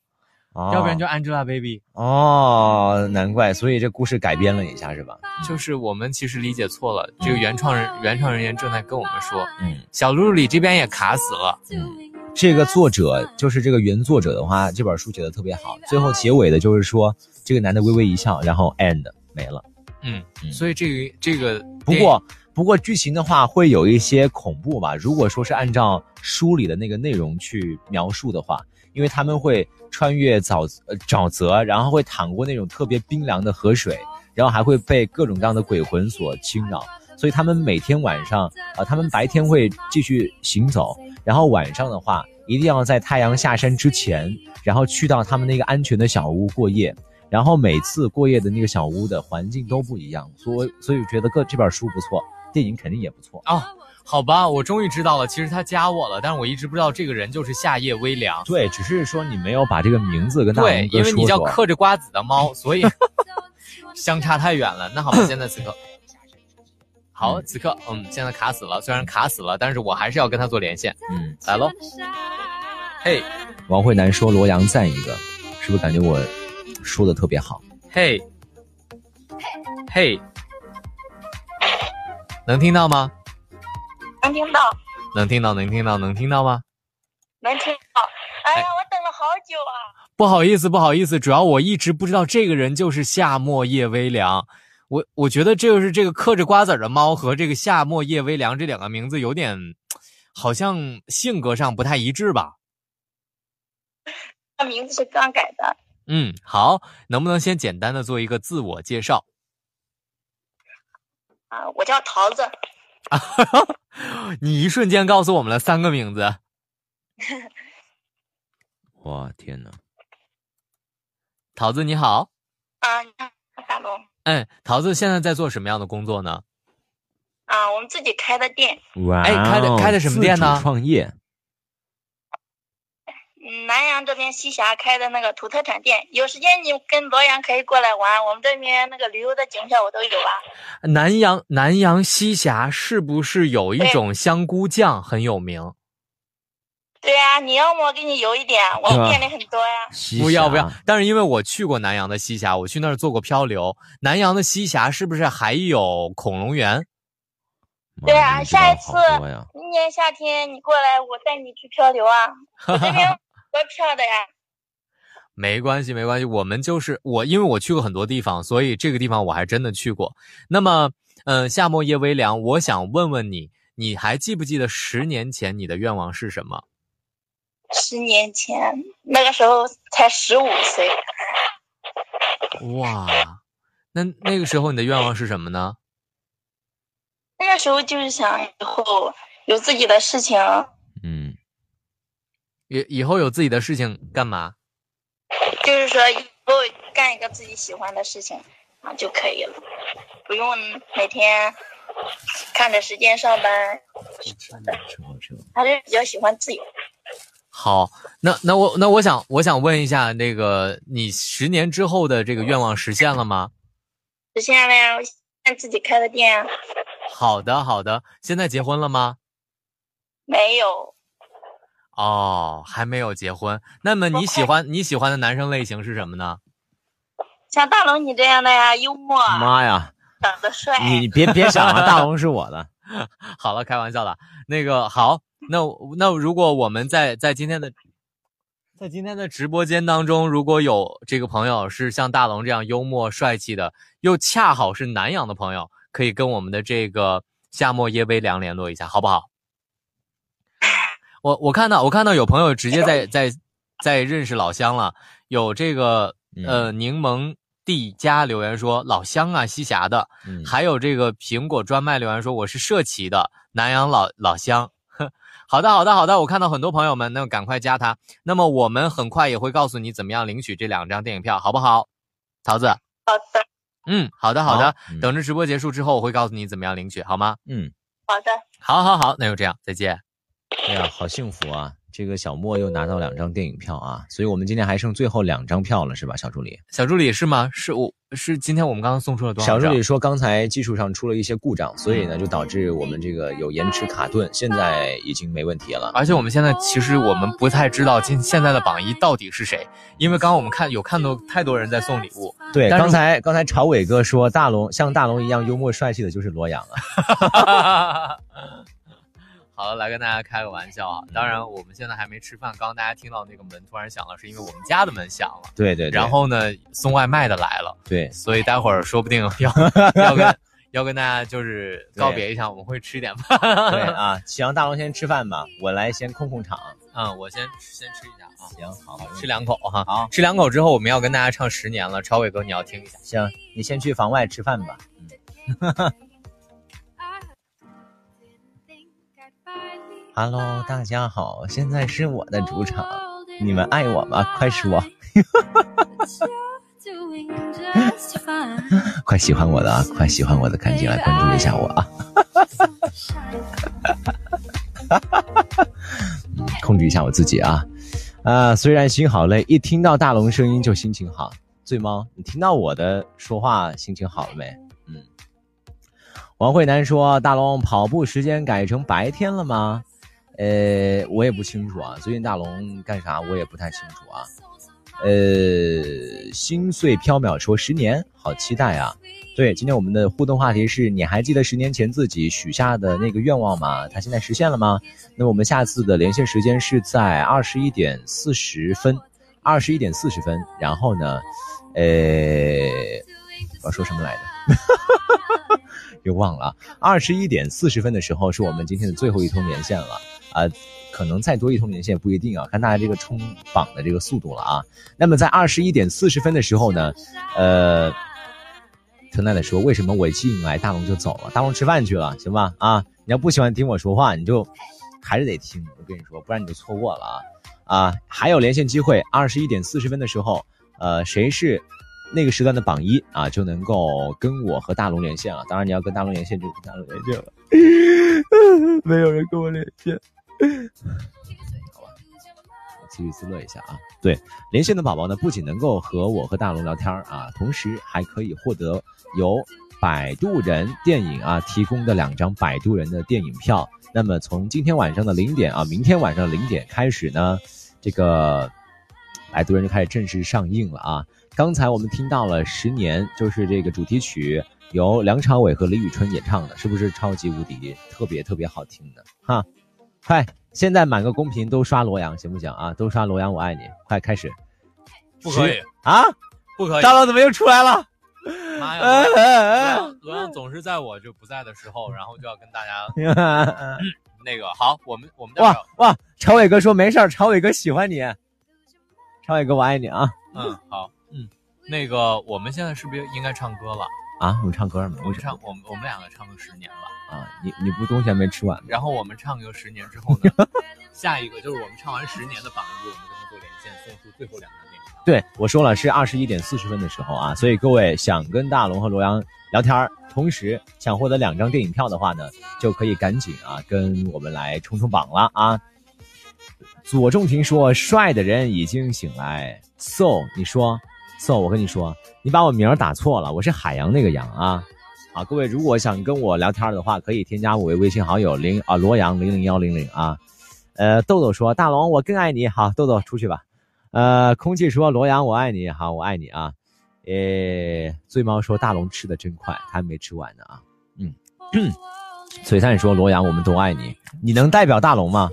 S3: 哦、
S4: 要不然就 Angelababy。
S3: 哦，难怪，所以这故事改编了一下是吧？
S4: 就是我们其实理解错了，这个原创人原创人员正在跟我们说，
S3: 嗯，
S4: 小鹿里这边也卡死了。嗯
S3: 这个作者就是这个原作者的话，这本书写的特别好，最后结尾的就是说这个男的微微一笑，然后 end 没了。
S4: 嗯，
S3: 嗯
S4: 所以这个这个，
S3: 不过不过剧情的话会有一些恐怖吧，如果说是按照书里的那个内容去描述的话，因为他们会穿越沼呃沼泽，然后会淌过那种特别冰凉的河水，然后还会被各种各样的鬼魂所侵扰，所以他们每天晚上啊、呃他们白天会继续行走，然后晚上的话一定要在太阳下山之前，然后去到他们那个安全的小屋过夜。然后每次过夜的那个小屋的环境都不一样，所以所以觉得各这本书不错，电影肯定也不错。
S4: 哦，好吧，我终于知道了，其实他加我了，但是我一直不知道这个人就是夏夜微凉。
S3: 对，只是说你没有把这个名字跟大
S4: 对
S3: 龙，哥
S4: 因为你叫
S3: 说说
S4: 嗑着瓜子
S3: <laughs>
S4: 的猫，所以 <laughs> 相差太远了。那好吧，现在此刻，好，此刻，嗯，现在卡死了。虽然卡死了，但是我还是要跟他做连线。
S3: 嗯，
S4: 来喽，嘿，
S3: 王慧楠说罗阳赞一个，是不是感觉我说的特别好？
S4: 嘿，嘿，能听到吗？
S8: 能听到，
S4: 能听到，能听到，能听到吗？
S8: 能听到。哎
S4: 哎
S8: 呀，我等了好久啊！
S4: 不好意思，不好意思，主要我一直不知道这个人就是夏末夜微凉。我我觉得这就是这个嗑着瓜子儿的猫和这个夏末夜微凉这两个名字有点，好像性格上不太一致吧。
S8: 那名字是刚改的。
S4: 嗯，好，能不能先简单的做一个自我介绍？ <laughs>
S8: 啊，我叫桃子，
S4: 你一瞬间告诉我们了三个名字，
S3: 哇天哪！
S4: 桃子你好，
S8: 啊，你看大龙，
S4: 嗯，桃子现在在做什么样的工作呢？
S8: 啊，我们自己开的店，
S3: 哇
S4: 哎开的
S3: 哦
S4: 开的什么店呢
S3: 自主创业
S8: 嗯，南阳这边西峡开的那个土特产店，有时间你跟罗阳可以过来玩，我们这边那个旅游的景点我都有啊。
S4: 南阳南阳西峡是不是有一
S8: 对
S4: 种香菇酱很有名？
S8: 对呀、你要么我给你邮一点，我
S3: 对啊
S8: 们店里很多呀、
S3: 西
S4: 不要不要
S3: 峡，
S4: 但是因为我去过南阳的西峡，我去那儿做过漂流。南阳的西峡是不是还有恐龙园？
S3: 妈
S8: 对啊
S3: 你知道
S8: 下一次
S3: 好多呀
S8: 明年夏天你过来，我带你去漂流啊，我这边多漂的呀。
S4: 没关系，没关系，我们就是我，因为我去过很多地方，所以这个地方我还真的去过。那么，嗯、夏末夜微凉，我想问问你，你还记不记得十年前你的愿望是什么？
S8: 十年前那个时候才十五岁，
S4: 哇，那那个时候你的愿望是什么呢？
S8: 那个时候就是想以后有自己的事情，
S3: 嗯，
S4: 以以后有自己的事情干嘛？
S8: 就是说以后干一个自己喜欢的事情啊就可以了，不用每天看着时间上班，
S3: 吃好吃好。
S8: 还是比较喜欢自由。
S4: 好，那那我那我想我想问一下，那个你十年之后的这个愿望实现了吗？
S8: 实现了呀，我现在自己开的店啊，
S4: 好的，好的。现在结婚了吗？
S8: 没有
S4: 哦，还没有结婚。那么你喜欢你喜欢的男生类型是什么呢？ <laughs>
S8: 像大龙你这样的呀，幽默，
S3: 妈呀，
S8: 长得帅，
S5: 哎
S3: 你你别别想
S4: <laughs>
S3: 了，大龙是我的。
S4: 好了，开玩笑的。那个好，那我那如果我们在在今天的在今天的直播间当中，如果有这个朋友是像大龙这样幽默帅气的，又恰好是南阳的朋友，可以跟我们的这个夏末夜微凉联络一下，好不好？我我看到我看到有朋友直接在在在认识老乡了，有这个呃柠檬地家留言说老乡啊西峡的，
S3: 嗯
S4: 还有这个苹果专卖留言说我是社企的南阳老老乡。呵好的，好的，好的，我看到很多朋友们，那赶快加他。那么我们很快也会告诉你怎么样领取这两张电影票，好不好？桃子，
S8: 好的
S4: 嗯，好的，好的，
S3: 嗯
S4: 等着直播结束之后，我会告诉你怎么样领取，好吗？
S3: 嗯。
S8: 好的，
S4: 好，好，好，那就这样，再见。
S3: 哎呀，好幸福啊！这个小莫又拿到两张电影票啊，所以我们今天还剩最后两张票了，是吧，小助理？
S4: 小助理是吗？是我是今天我们刚刚送出了多少
S3: 小助
S4: 张？
S3: 理说刚才技术上出了一些故障，所以呢就导致我们这个有延迟卡顿，现在已经没问题了。
S4: 而且我们现在其实我们不太知道今现在的榜一到底是谁，因为刚刚我们看有看到太多人在送礼物，
S3: 对，
S4: 但是
S3: 刚才刚才朝伟哥说大龙像大龙一样幽默帅气的就是罗阳啊。
S4: <laughs> 好了，来跟大家开个玩笑啊！当然，我们现在还没吃饭。刚刚大家听到那个门突然响了，是因为我们家的门响了。
S3: 对对对，
S4: <laughs> 然后呢，送外卖的来了，
S3: 对
S4: 所以待会儿说不定要要跟要跟大家就是
S3: 对
S4: 告别一下，我们会吃一点饭。
S3: 对啊，行，大龙先吃饭吧，我来先控控场。
S4: <laughs> 啊，我先先吃一下啊，
S3: 行，好，
S4: 吃两口哈。
S3: 好，
S4: 吃两口之后，我们要跟大家唱十年了。朝伟哥，你要听一下。
S3: 行，你先去房外吃 <laughs>
S4: 嗯
S3: 饭吧。Hello，大家好，现在是我的啊主场，你们爱我吗？快 <laughs> 说，快喜欢我的啊，快喜欢我的，赶紧来关注一下我啊，控制一下我自己啊。啊，虽然心好累，一听到大龙声音就心情好。醉猫，你听到我的说话心情好了没？嗯。王慧楠说：“大龙跑步时间改成白天了吗？”呃，我也不清楚啊。最近大龙干啥我也不太清楚啊。呃，心碎缥缈说：“十年，好期待啊！”对，今天我们的互动话题是你还记得十年前自己许下的那个愿望吗？它现在实现了吗？那么我们下次的连线时间是在二十一点四十分，二十一点四十分。然后呢，呃，我要说什么来着？ <laughs> 又忘了啊。二十一点四十分的时候是我们今天的最后一通连线了啊、可能再多一通连线不一定啊，看大家这个冲榜的这个速度了啊。那么在二十一点四十分的时候呢，呃，特奈的说为什么我一进来大龙就走了？大龙吃饭去了，行吧？啊，你要不喜欢听我说话，你就还是得听，我跟你说，不然你就错过了啊。啊，还有连线机会，二十一点四十分的时候，呃，谁是那个时段的榜一啊，就能够跟我和大龙连线了。当然，你要跟大龙连线，就跟大龙连线了。没有人跟我连线，我自娱自乐一下啊。对，连线的宝宝呢，不仅能够和我和大龙聊天儿啊，同时还可以获得由摆渡人电影啊提供的两张摆渡人的电影票。那么从今天晚上的零点啊，明天晚上零点开始呢，这个摆渡人就开始正式上映了啊。刚才我们听到了《十年》，就是这个主题曲，由梁朝伟和李宇春演唱的，是不是超级无敌，特别特别好听呢？哈，快，现在满个公屏都刷罗阳，行不行啊？都刷罗阳，我爱你，快开始
S4: 不可以
S3: 十，啊！
S4: <laughs> 不可以！
S3: 大佬怎么又出来了？
S4: 妈
S3: 哎
S4: 呀！
S3: 哎
S4: 罗罗阳总是在我就不在的时候，然后就要跟大家
S3: 哎！
S4: 那个好，我们我们待会
S3: 哇
S4: 儿，
S3: 哇！朝伟哥说没事儿，朝伟哥喜欢你，朝伟哥我爱你啊 <laughs>
S4: 嗯好嗯，那个我们现在是不是应该唱歌了？
S3: 啊！我们唱歌了吗？
S4: 我们唱我们我们两个唱个十年吧。
S3: 啊！你你不东西还没吃完吗？
S4: 然后我们唱个十年之后呢，下一个就是我们唱完十年的榜一，我们跟他做连线，送出最后两张电影票。
S3: 对，我说了是二十一点四十分的时候啊，所以各位想跟大龙和罗阳聊天儿，同时想获得两张电影票的话呢，就可以赶紧啊跟我们来冲冲榜了啊。左仲庭说：“帅的人已经醒来。”So，你说，So，我跟你说，你把我名儿打错了，我是海洋那个洋啊。啊，各位 <clears throat> 如果想跟我聊天儿的话，可以添加我为微信好友零啊罗阳零零幺零零啊。呃，豆豆说：“大龙，我更爱你。”好，豆豆出去吧。呃，空气说罗阳我爱你，好，我爱你啊。呃，醉猫说大龙吃的真快，他还没吃完呢啊。璀璨说罗阳我们都爱你，你能代表大龙吗？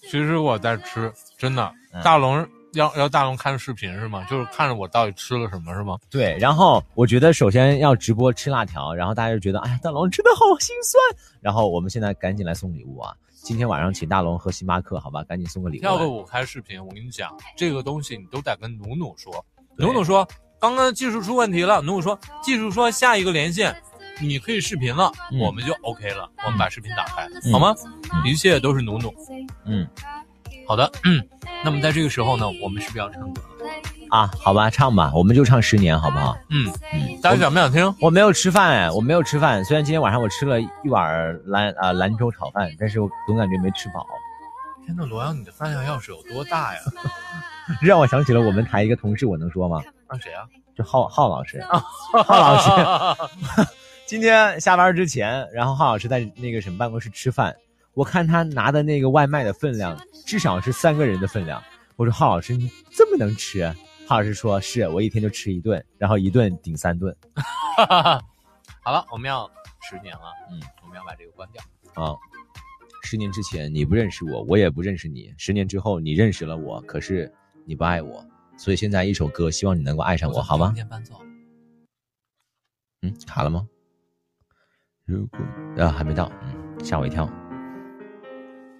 S9: 其实我在吃，真的
S3: 嗯。
S9: 大龙要要大龙看视频是吗？就是看着我到底吃了什么是吗？
S3: 对，然后我觉得首先要直播吃辣条，然后大家就觉得哎呀大龙真的好心酸，然后我们现在赶紧来送礼物啊！今天晚上请大龙喝星巴克，好吧？赶紧送个礼物
S9: 要不
S3: 来。
S9: 我开视频，我跟你讲，这个东西你都得跟努努说。
S3: 对
S9: 努努说，刚刚技术出问题了。努努说，技术说下一个连线，你可以视频了，
S3: 嗯
S9: 我们就 OK 了，我们把视频打开，
S3: 嗯
S9: 好吗？
S3: 嗯
S9: 一切都是努努。
S3: 嗯，
S9: 好的，嗯，那么在这个时候呢，我们是不是要唱歌？
S3: 啊，好吧，唱吧，我们就唱十年，好不好？
S9: 嗯，
S3: 嗯，
S9: 大家想不想听？
S3: 我没有吃饭哎，我没有吃饭。虽然今天晚上我吃了一碗儿兰啊、兰州炒饭，但是我总感觉没吃饱，
S9: 天呐，罗阳，你的饭量要是有多大呀？
S3: 让我想起了我们台一个同事，我能说吗？
S9: 那谁啊？
S3: 就浩浩老
S9: <laughs>
S3: 师啊，浩 <laughs> 老师今天下班之前，然后浩老师在那个什么办公室吃饭，我看他拿的那个外卖的分量至少是三个人的分量。我说浩老师你这么能吃？浩老师说是我一天就吃一顿，然后一顿顶三顿
S4: 好了，我们要十年了，
S3: 嗯，
S4: 我们要把这个关掉。
S3: 啊。十年之前你不认识我，我也不认识你；十年之后你认识了我，可是你不爱我。所以现在一首歌，希哎望你能够爱上我，好吗
S4: 今？天伴奏，
S3: 嗯，卡了吗？如果啊还没到，嗯，吓我一跳。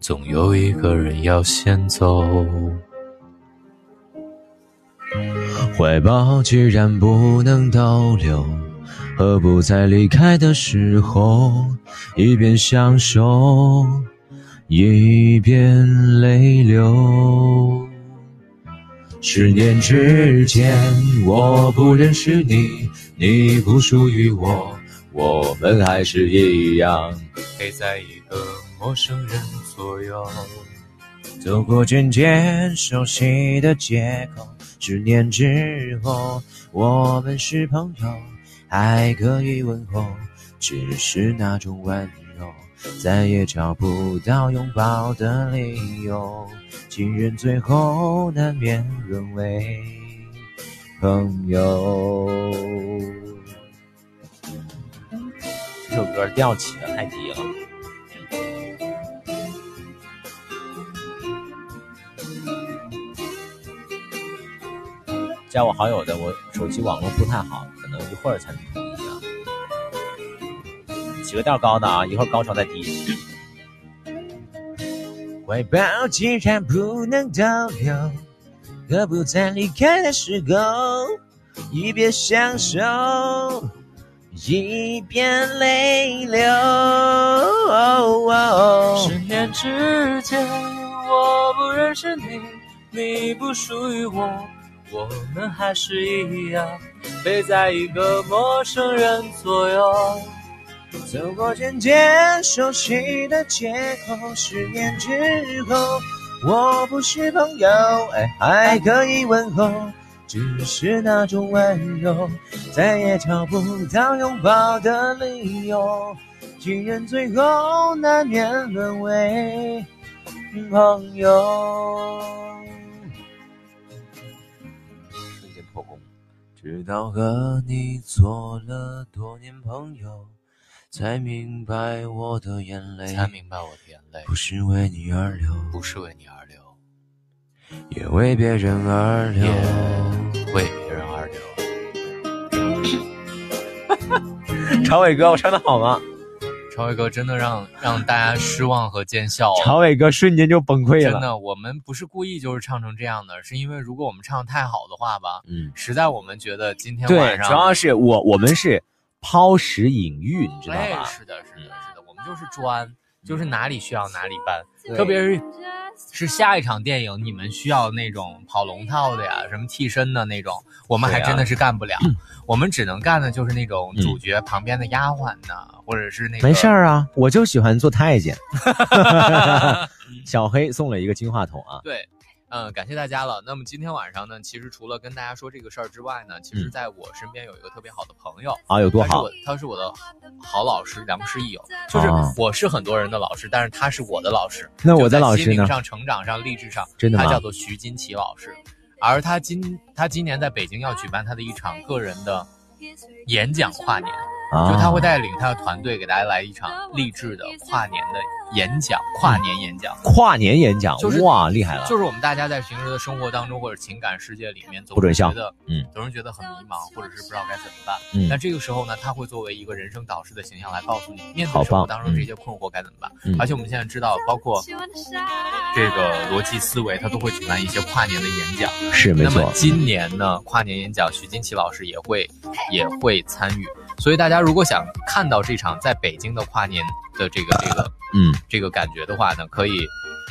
S2: 总有一个人要先走。怀抱既然不能倒流，何不在离开的时候，一边享受，一边泪流？十年之前，我不认识你，你不属于我，我们还是一样陪在一个陌生人左右。走过渐渐熟悉的街口，十年之后，我们是朋友，还可以问候，只是那种温柔，再也找不到拥抱的理由。情人最后难免沦为朋友。
S3: 这首歌调起的太低了。哦加我好友的，我手机网络不太好，可能一会儿才能通一下。几个调高的啊，一会儿高潮再低。
S2: 怀抱既然不能倒流，何不在离开的时候，一边享受，一边泪流。
S8: 哦
S7: 十年之前，我不认识你，你不属于我，我们还是一样，陪在一个陌生人左右。
S2: 走过渐渐熟悉的街口，十年之后，我不是朋友，哎，还可以问候，只是那种温柔，再也找不到拥抱的理由。情人最后难免沦为朋友，
S3: 瞬间破功。
S2: 直到和你做了多年朋友，才明白我的眼泪
S4: 才明白我的眼泪
S2: 哎不是为你而流，
S4: 不是为你而流，
S2: 也为别人而流。
S4: 也为别人而流。
S3: 朝伟哎哥，我唱的好吗？
S4: 超伟哥真的让让大家失望和见笑、啊
S3: 朝伟哥瞬间就崩溃
S4: 真
S3: 了。
S4: 的，我们不是故意就是唱成这样的，是因为如果我们唱得太好的话吧，
S3: 嗯，
S4: 实在我们觉得今天
S3: 对
S4: 晚，上哎
S3: 主要是我我们是抛石引玉，你知道
S4: 哎
S3: 吧？嗯
S4: 是的，是的，是的，我们就是专，就是哪里需要哪里搬，
S3: 对
S4: 特别是是下一场电影你们需要那种跑龙套的呀，什么替身的那种，我们还
S3: 嗯对啊
S4: 真的是
S3: <clears throat>
S4: 干不了，我们只能干的就是那种
S3: 嗯
S4: 主角旁边的丫鬟呐，或者是那个嗯
S3: 没事儿啊，我就喜欢做太
S4: <laughs>
S3: 监。小黑送了一个金话筒啊，
S4: 对，嗯，感谢大家了。那么今天晚上呢，其实除了跟大家说这个事儿之外呢，其实
S3: 嗯
S4: 在我身边有一个特别好的朋友，
S3: 啊，有多
S4: 他是
S3: 好
S4: 哎我？，他是我的好老师、良师益友。就是
S3: 啊
S4: 我是很多人的老师，但是他是我的老师。
S3: 那
S4: 就
S3: 我的
S4: 在
S3: 老
S4: 心
S3: 师
S4: 灵
S3: 呢？
S4: 上、成长上、励志上，
S3: 真的
S4: 他
S3: 吗
S4: 叫做徐金奇老师。而他今他今年在北京要举办他的一场个人的演讲跨年，
S3: 啊，
S4: 就他会带领他的团队给大家来一场励志的跨年的演讲，跨年演讲。
S3: 跨年演讲，
S4: 就是
S3: 哇，厉害了！
S4: 就是我们大家在平时的生活当中或者情感世界里面，总
S3: 不准
S4: 是觉
S3: 笑
S4: 得，
S3: 嗯，
S4: 总是觉得很迷茫，或者是不知道该怎么办。
S3: 嗯
S4: 那这个时候呢，他会作为一个人生导师的形象来告诉你，面
S3: 好
S4: 对生
S3: 棒
S4: 活当中
S3: 嗯
S4: 这些困惑该怎么办。
S3: 嗯
S4: 而且我们现在知道，包括这个逻辑思维，他都会举办一些跨年的演讲。
S3: 是没
S4: 那么
S3: 错，
S4: 今年呢，跨年演讲，徐金奇老师也会也会参与。所以大家如果想看到这场在北京的跨年的这个这个
S3: 嗯，
S4: 这个感觉的话呢，可以，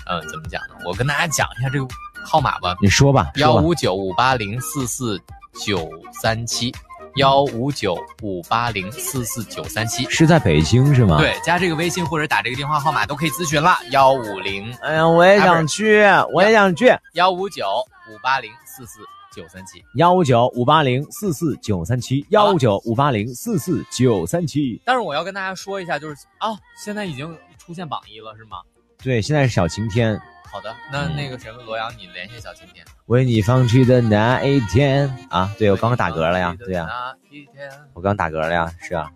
S4: 嗯、怎么讲呢？我跟大家讲一下这个号码吧，
S3: 你嗯说吧，
S4: 幺
S3: 说吧，
S4: 五九五八零四四九三七，
S3: 嗯
S4: 幺五九五八零四四九三七。
S3: 是在北京是吗？。
S4: 对，加这个微信或者打这个电话号码都可以咨询啦，幺五零啊
S3: 哎呀，我也想去，我也想去。
S4: 幺五九五八零四四九三七。
S3: 幺九五八零四四九三七，
S4: 好
S3: 幺
S4: 了
S3: 九五八零四四九三七。
S4: 但是我要跟大家说一下，就是啊、现在已经出现榜一了，是吗？
S3: 对，现在是小晴天，
S4: 好的，那那个
S3: 嗯
S4: 谁，罗阳，你联系小晴天。
S3: 为你放弃的那一天啊！对我刚刚打嗝了呀，对呀、
S4: 那一天。
S3: 我刚打嗝了呀，是啊。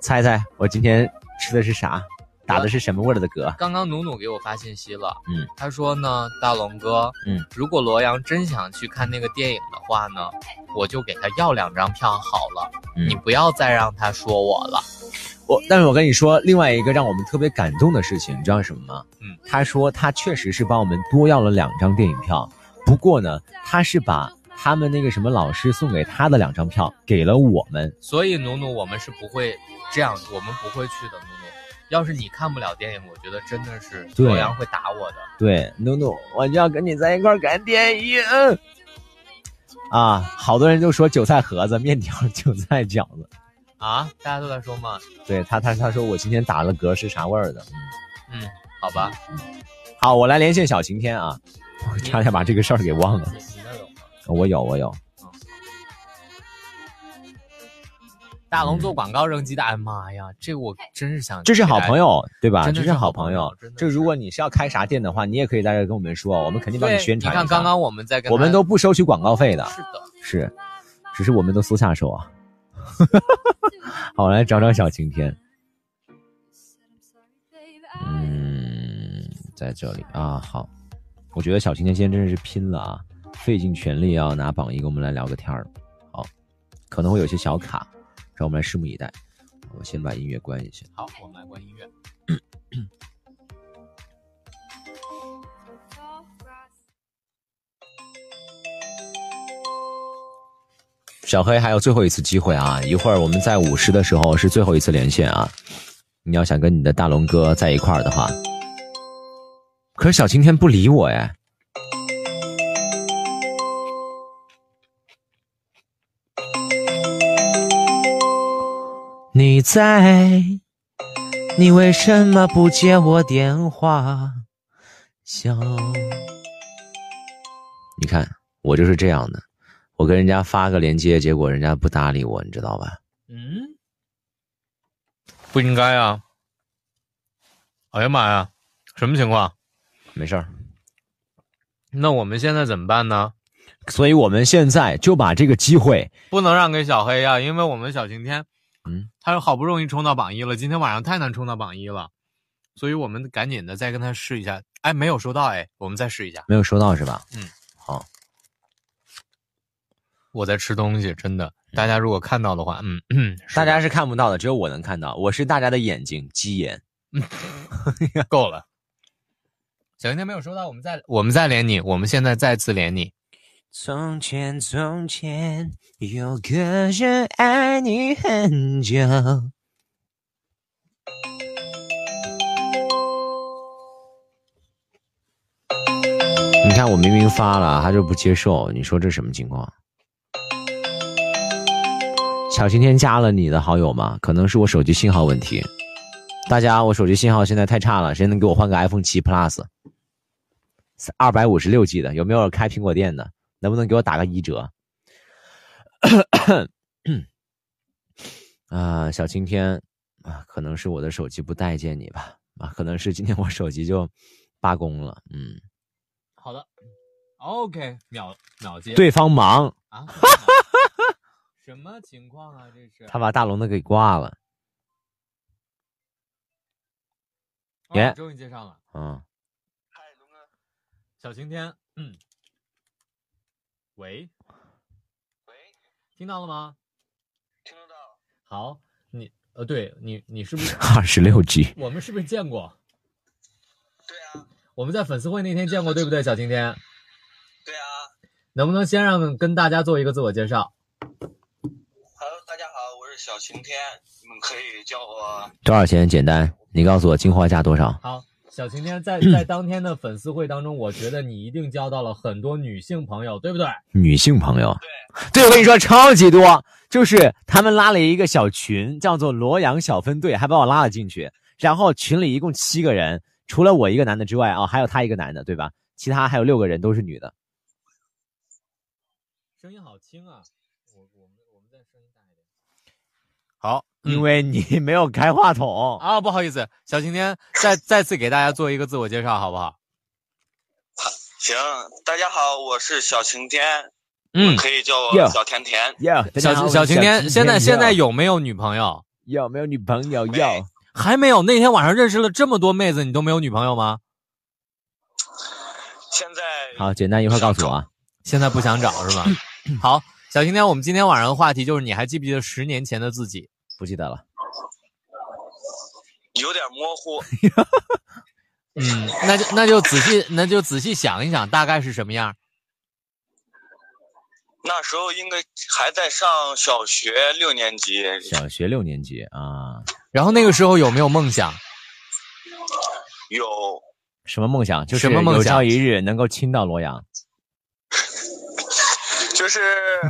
S3: 猜猜我今天吃的是啥？打的是什么味儿的嗝？
S4: 刚刚努努给我发信息了，
S3: 嗯，
S4: 他说呢，大龙哥，
S3: 嗯，
S4: 如果罗阳真想去看那个电影的话呢，我就给他要两张票好了，
S3: 嗯
S4: 你不要再让他说我了。
S3: 我，但是我跟你说，另外一个让我们特别感动的事情，你知道是什么吗？
S4: 嗯，
S3: 他说他确实是帮我们多要了两张电影票，不过呢，他是把他们那个什么老师送给他的两张票给了我们。
S4: 所以努努，我们是不会这样，我们不会去的，努努。要是你看不了电影，我觉得真的是
S3: 对
S4: 罗阳会打我的。
S3: 对，努努，我就要跟你在一块儿看电影。啊，好多人就说韭菜盒子、面条、韭菜饺子。
S4: 啊，大家都在说嘛，
S3: 对他，他他说我今天打了嗝是啥味儿的？嗯
S4: 嗯，好吧，
S3: 好，我来连线小晴天啊，我差点把这个事儿给忘了。
S4: 你你那有吗？
S3: 我有，我有。
S4: 大龙做广告扔鸡蛋，哎妈呀，这我真是想，
S3: 这是好朋，友，对吧？
S4: 真的
S3: 这
S4: 是
S3: 是好
S4: 好朋
S3: 朋
S4: 友
S3: 友
S4: 真的。
S3: 这
S4: 是
S3: 如果你是要开啥店的话，你也可以在这儿跟我们说，我们肯定帮
S4: 对，
S3: 宣传一下。
S4: 你看刚刚我们在跟
S3: 我们
S4: 他
S3: 都不收取广告费的，
S4: 是的。
S3: 是，只是我们都私下收啊。 <laughs> 好，我来找找小晴天。嗯，在这里啊，好，我觉得小晴天今天真的是拼了啊，费尽全力要拿榜一跟我们来聊个天儿。好，可能会有些小卡，让我们来拭目以待。我先把音乐关一下。
S4: 好，我们来关音乐。
S3: 小黑还有最后一次机会啊！一会儿我们在五十的时候是最后一次连线啊！你要想跟你的大龙哥在一块儿的话，可是小晴天不理我哎。
S2: 你在，你为什么不接我电话？想
S3: 你看我就是这样的，我跟人家发个连接，结果人家不搭理我，你知道吧？
S4: 嗯，不应该啊！哎呀妈呀，什么情况？
S3: 没事儿，
S4: 那我们现在怎么办呢？
S3: 所以我们现在就把这个机会，
S4: 不能让给小黑呀、因为我们小晴天，
S3: 嗯，
S4: 他好不容易冲到榜一了，今天晚上太难冲到榜一了，所以我们赶紧的再跟他试一下。哎，没有收到哎，我们再试一下。
S3: 没有收到是吧？
S4: 嗯，
S3: 好，
S4: 我在吃东西，真的，嗯大家如果看到的话，嗯， <laughs> 嗯是
S3: 大家是看不到的，只有我能看到，我是大家的眼睛，鸡眼。
S4: 够了。小晴天没有收到，我们再我们再连你，我们现在再次连你。
S2: 从前，从前有个人爱你很久。
S3: 你看我明明发了，他就不接受，你说这什么情况？小晴天加了你的好友吗？可能是我手机信号问题。大家，我手机信号现在太差了，谁能给我换个 iPhone 七 Plus？二百五十六 G 的，有没有开苹果店的？能不能给我打个一折？啊、小晴天啊，可能是我的手机不待见你吧？啊，可能是今天我手机就罢工了。嗯，
S4: 好的，OK，秒秒接。
S3: 对方忙， <laughs>
S4: 啊，什么情况啊？这是
S3: 他把大龙的给挂了。
S4: 哦
S3: 耶
S4: 终于接上了
S3: 嗯，
S4: 小晴天。嗯，喂，
S6: 喂，
S4: 听到了吗？
S6: 听得到？
S4: 好，你呃，对你，你是不
S3: <laughs>
S4: 是
S3: 二十六 G，
S4: 我们是不是见过？
S6: 对啊，
S4: 我们在粉丝会那天见
S6: <laughs>
S4: 过，对不对，小晴天？
S6: 对啊。
S4: 能不能先让跟大家做一个自我介绍？
S6: Hello，大家好，我是小晴天，你们可以叫我
S3: 多少钱？简单，你告诉我进货价多少？
S4: 好，小晴
S3: <laughs>
S4: 天在在当天的粉丝会当中，我觉得你一定交到了很多女性朋友，对不对？
S3: 女性朋友，对，我跟你说，超级多，就是他们拉了一个小群，叫做罗阳小分队，还把我拉了进去。然后群里一共七个哦人，除了我一个男的之外啊、还有他一个男的，对吧？其他还有六个人都是女的。
S4: 声音好轻啊！我我们我们再声音大一点。
S3: 好，
S4: 嗯
S3: 因为你没有开话筒。
S4: <laughs> 啊，不好意思，小晴天再再次给大家做一个自我介绍，好不好？
S10: 行，大家好，我是小晴天，
S4: 嗯，
S10: 可以叫我
S3: Yeah
S10: 小甜甜。
S3: 哟，大家好
S4: 小
S3: 我是
S4: 小晴天，现在现在
S3: 哟
S4: 有没有女朋友？
S3: 有没有女朋友？
S10: 没
S3: 有，
S4: 还没有。那天晚上认识了这么多妹子，你都没有女朋友吗？
S10: 现在
S3: 好，简单一会儿告诉我啊。
S4: 现在不想找是吧？好，小晴天，我们今天晚上的话题就是你还记不记得十年前的自己？
S3: 不记得了，
S10: 有点模糊，
S4: 嗯，那就那就仔细那就仔细想一想，大概是什么样？
S10: 那时候应该还在上小学六年级，
S3: 小学六年级啊，
S4: 然后那个时候有没有梦想？
S10: 有
S3: 什么梦想？就是
S4: 什么梦
S3: 有
S4: 想
S3: 朝一日能够亲到罗阳。
S10: 就是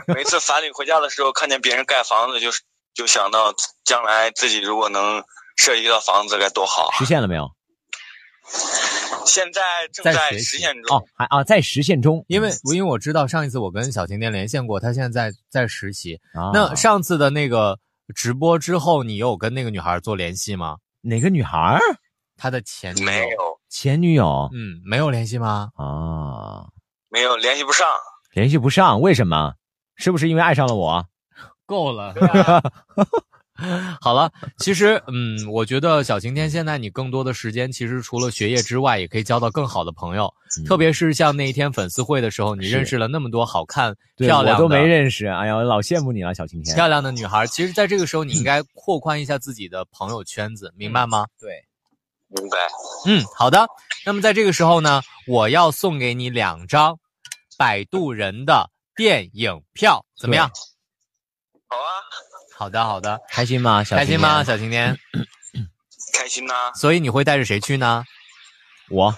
S10: 每次返里回家的时候，看见别人盖房子，就是就想到将来自己如果能设计到房子该多好啊。
S3: 实现了没有？
S10: 现在正
S4: 在
S10: 在
S4: 学习
S10: 实现中，
S3: 哦，还啊，在实现中。
S4: 因为因为我知道上一次我跟小晴天连线过，她现在在在实习。
S3: 啊
S4: 那上次的那个直播之后，你有跟那个女孩做联系吗？
S3: 哪个女孩儿？
S4: 她的前女友
S10: 没有
S3: 前女友
S4: 嗯，没有联系吗？
S3: 啊，
S10: 没有联系不上，
S3: 联系不上，为什么？是不是因为爱上了我？
S4: 够了。 <laughs> 好了，其实，嗯，我觉得小晴天现在你更多的时间，其实除了学业之外，也可以交到更好的朋友。
S3: 嗯
S4: 特别是像那一天粉丝会的时候，你
S3: 是
S4: 认识了那么多好看、
S3: 对
S4: 漂亮
S3: 我
S4: 的
S3: 都没认识。哎呀，我老羡慕你了，小晴天。
S4: 漂亮的女孩。其实，在这个时候，你应该扩宽一下自己的朋友圈子，明白吗？
S3: 对，
S10: 明白？
S4: 嗯，好的。那么在这个时候呢，我要送给你两张摆渡人的电影票，怎么样？
S10: 好啊，
S4: 好的，好的，
S3: 开心吗？小
S4: 开
S3: 晴天
S4: 心吗，？小晴天？
S10: 开心呐、
S4: 所以你会带着谁去呢？
S3: 我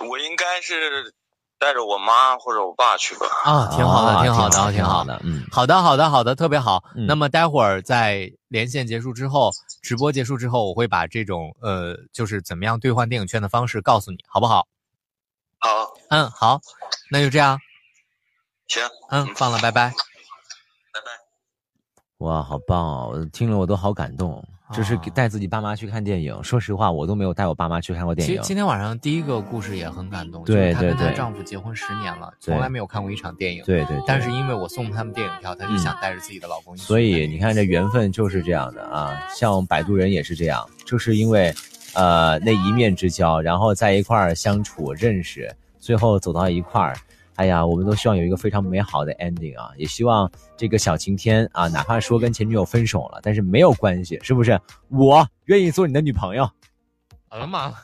S10: 我应该是带着我妈或者我爸去吧。
S4: 啊，挺好的，
S3: 啊
S4: 挺好的，
S3: 挺
S4: 好
S3: 好
S4: 的。
S3: 的。嗯，
S4: 好的，好的，好的，特别好。
S3: 嗯
S4: 那么待会儿在连线结束之后，直播结束之后，我会把这种呃，就是怎么样兑换电影券的方式告诉你，好不好？
S10: 好，
S4: 嗯，好，那就这样。
S10: 行，
S4: 嗯，放了，拜拜。
S10: 拜拜。
S3: 哇，好棒哦！我听了我都好感动。这是给
S4: 啊
S3: 带自己爸妈去看电影，说实话，我都没有带我爸妈去看过电
S4: 其实
S3: 影。
S4: 今天晚上第一个故事也很感动，
S3: 对
S4: 就是她
S3: 对
S4: 跟她
S3: 对
S4: 丈夫结婚十年了，
S3: 对
S4: 从来没有看过一场电影。，
S3: 对对，对
S4: 但是因为我送他们电影票，她就想带着自己的老公一起。
S3: 所以你，看，这缘分就是这样的啊。像摆渡人也是这样，就是因为，呃，那一面之交，然后在一块儿相处、认识，最后走到一块儿。哎呀，我们都希望有一个非常美好的 ending 啊！也希望这个小晴天啊，哪怕说跟前女友分手了，但是没有关系，是不是？我愿意做你的女朋友。
S4: 哎呀妈，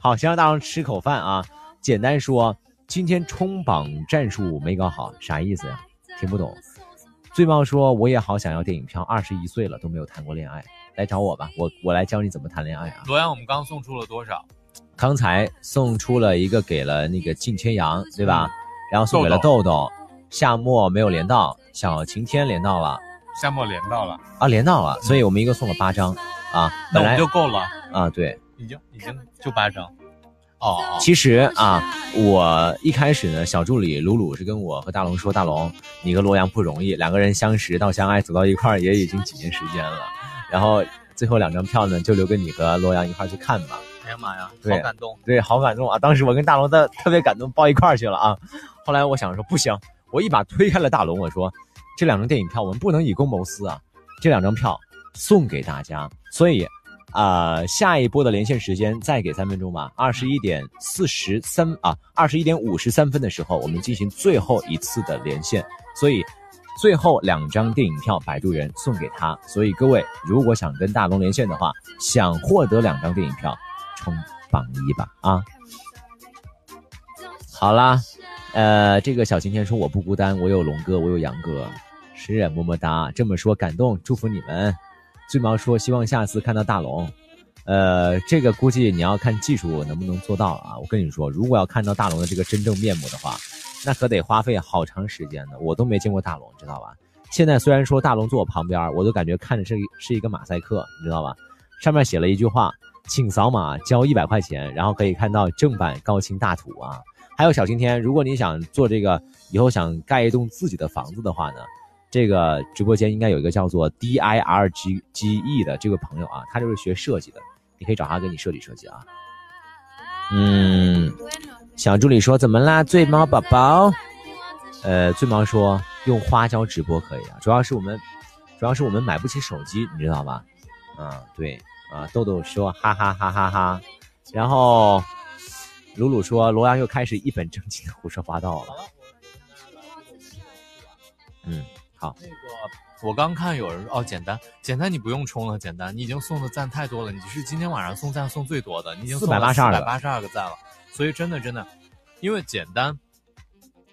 S3: 好，先让大家吃口饭啊！简单说，今天冲榜战术没搞好，啥意思呀？听不懂。醉猫说：“我也好想要电影票，二十一岁了都没有谈过恋爱，来找我吧，我我来教你怎么谈恋爱啊。
S4: 罗阳，我们刚送出了多少？”
S3: 刚才送出了一个给了那个敬千阳，对吧？然后送给了嗯豆豆，夏沫没有连到，小晴天连到了
S9: 夏末连到了，
S3: 啊，连到了，所以我们一共送了八张啊，
S4: 那
S3: 本
S4: 我们
S3: 来
S4: 就够了，
S3: 啊对，
S4: 已经已经就八张。哦，哦
S3: 其实啊，我一开始呢，小助理鲁鲁是跟我和大龙说：“大龙，你跟罗阳不容易，两个人相识到相爱，走到一块儿也已经几年时间了。然后最后两张票呢，就留给你和罗阳一块儿去看吧。
S4: 哎呀妈呀，好
S3: 对
S4: 感动！
S3: 对，好感动啊！当时我跟大龙的特别感动，抱一块儿去了啊。后来我想说不行，我一把推开了大龙，我说这两张电影票我们不能以公谋私啊，这两张票送给大家。所以，啊，下一波的连线时间再给三分钟吧，二十一点四十三啊，二十一点五十三分的时候，我们进行最后一次的连线。所以。最后两张电影票，摆渡人送给他。所以各位，如果想跟大龙连线的话，想获得两张电影票，冲榜一吧啊！好啦，呃，这个小晴天说我不孤单，我有龙哥，我有杨哥，是么么哒。这么说感动，祝福你们。最毛说希望下次看到大龙，呃，这个估计你要看技术能不能做到了啊。我跟你说，如果要看到大龙的这个真正面目的话，那可得花费好长时间呢。我都没见过大龙，知道吧？现在虽然说大龙坐我旁边，我都感觉看着是一是一个马赛克，你知道吧？上面写了一句话，请扫码交一百块钱，然后可以看到正版高清大图啊，还有小晴天，如果你想做这个，以后想盖一栋自己的房子的话呢，这个直播间应该有一个叫做 D I R G G E 的这个朋友啊，他就是学设计的，你可以找他给你设计设计啊。嗯，小助理说怎么啦？醉猫宝宝，呃，醉猫说用花椒直播可以啊，主要是我们，主要是我们买不起手机，你知道吧？啊，对啊，豆豆说哈哈哈哈哈，然后鲁鲁说罗阳又开始一本正经的胡说八道了。嗯，好，
S4: 我刚看有人说哦，简单，简单，你不用冲了，简单，你已经送的赞太多了，你是今天晚上送赞送最多的，你已经送
S3: 482
S4: 四
S3: 了
S4: 百八十二个赞了，所以真的真的，因为简单，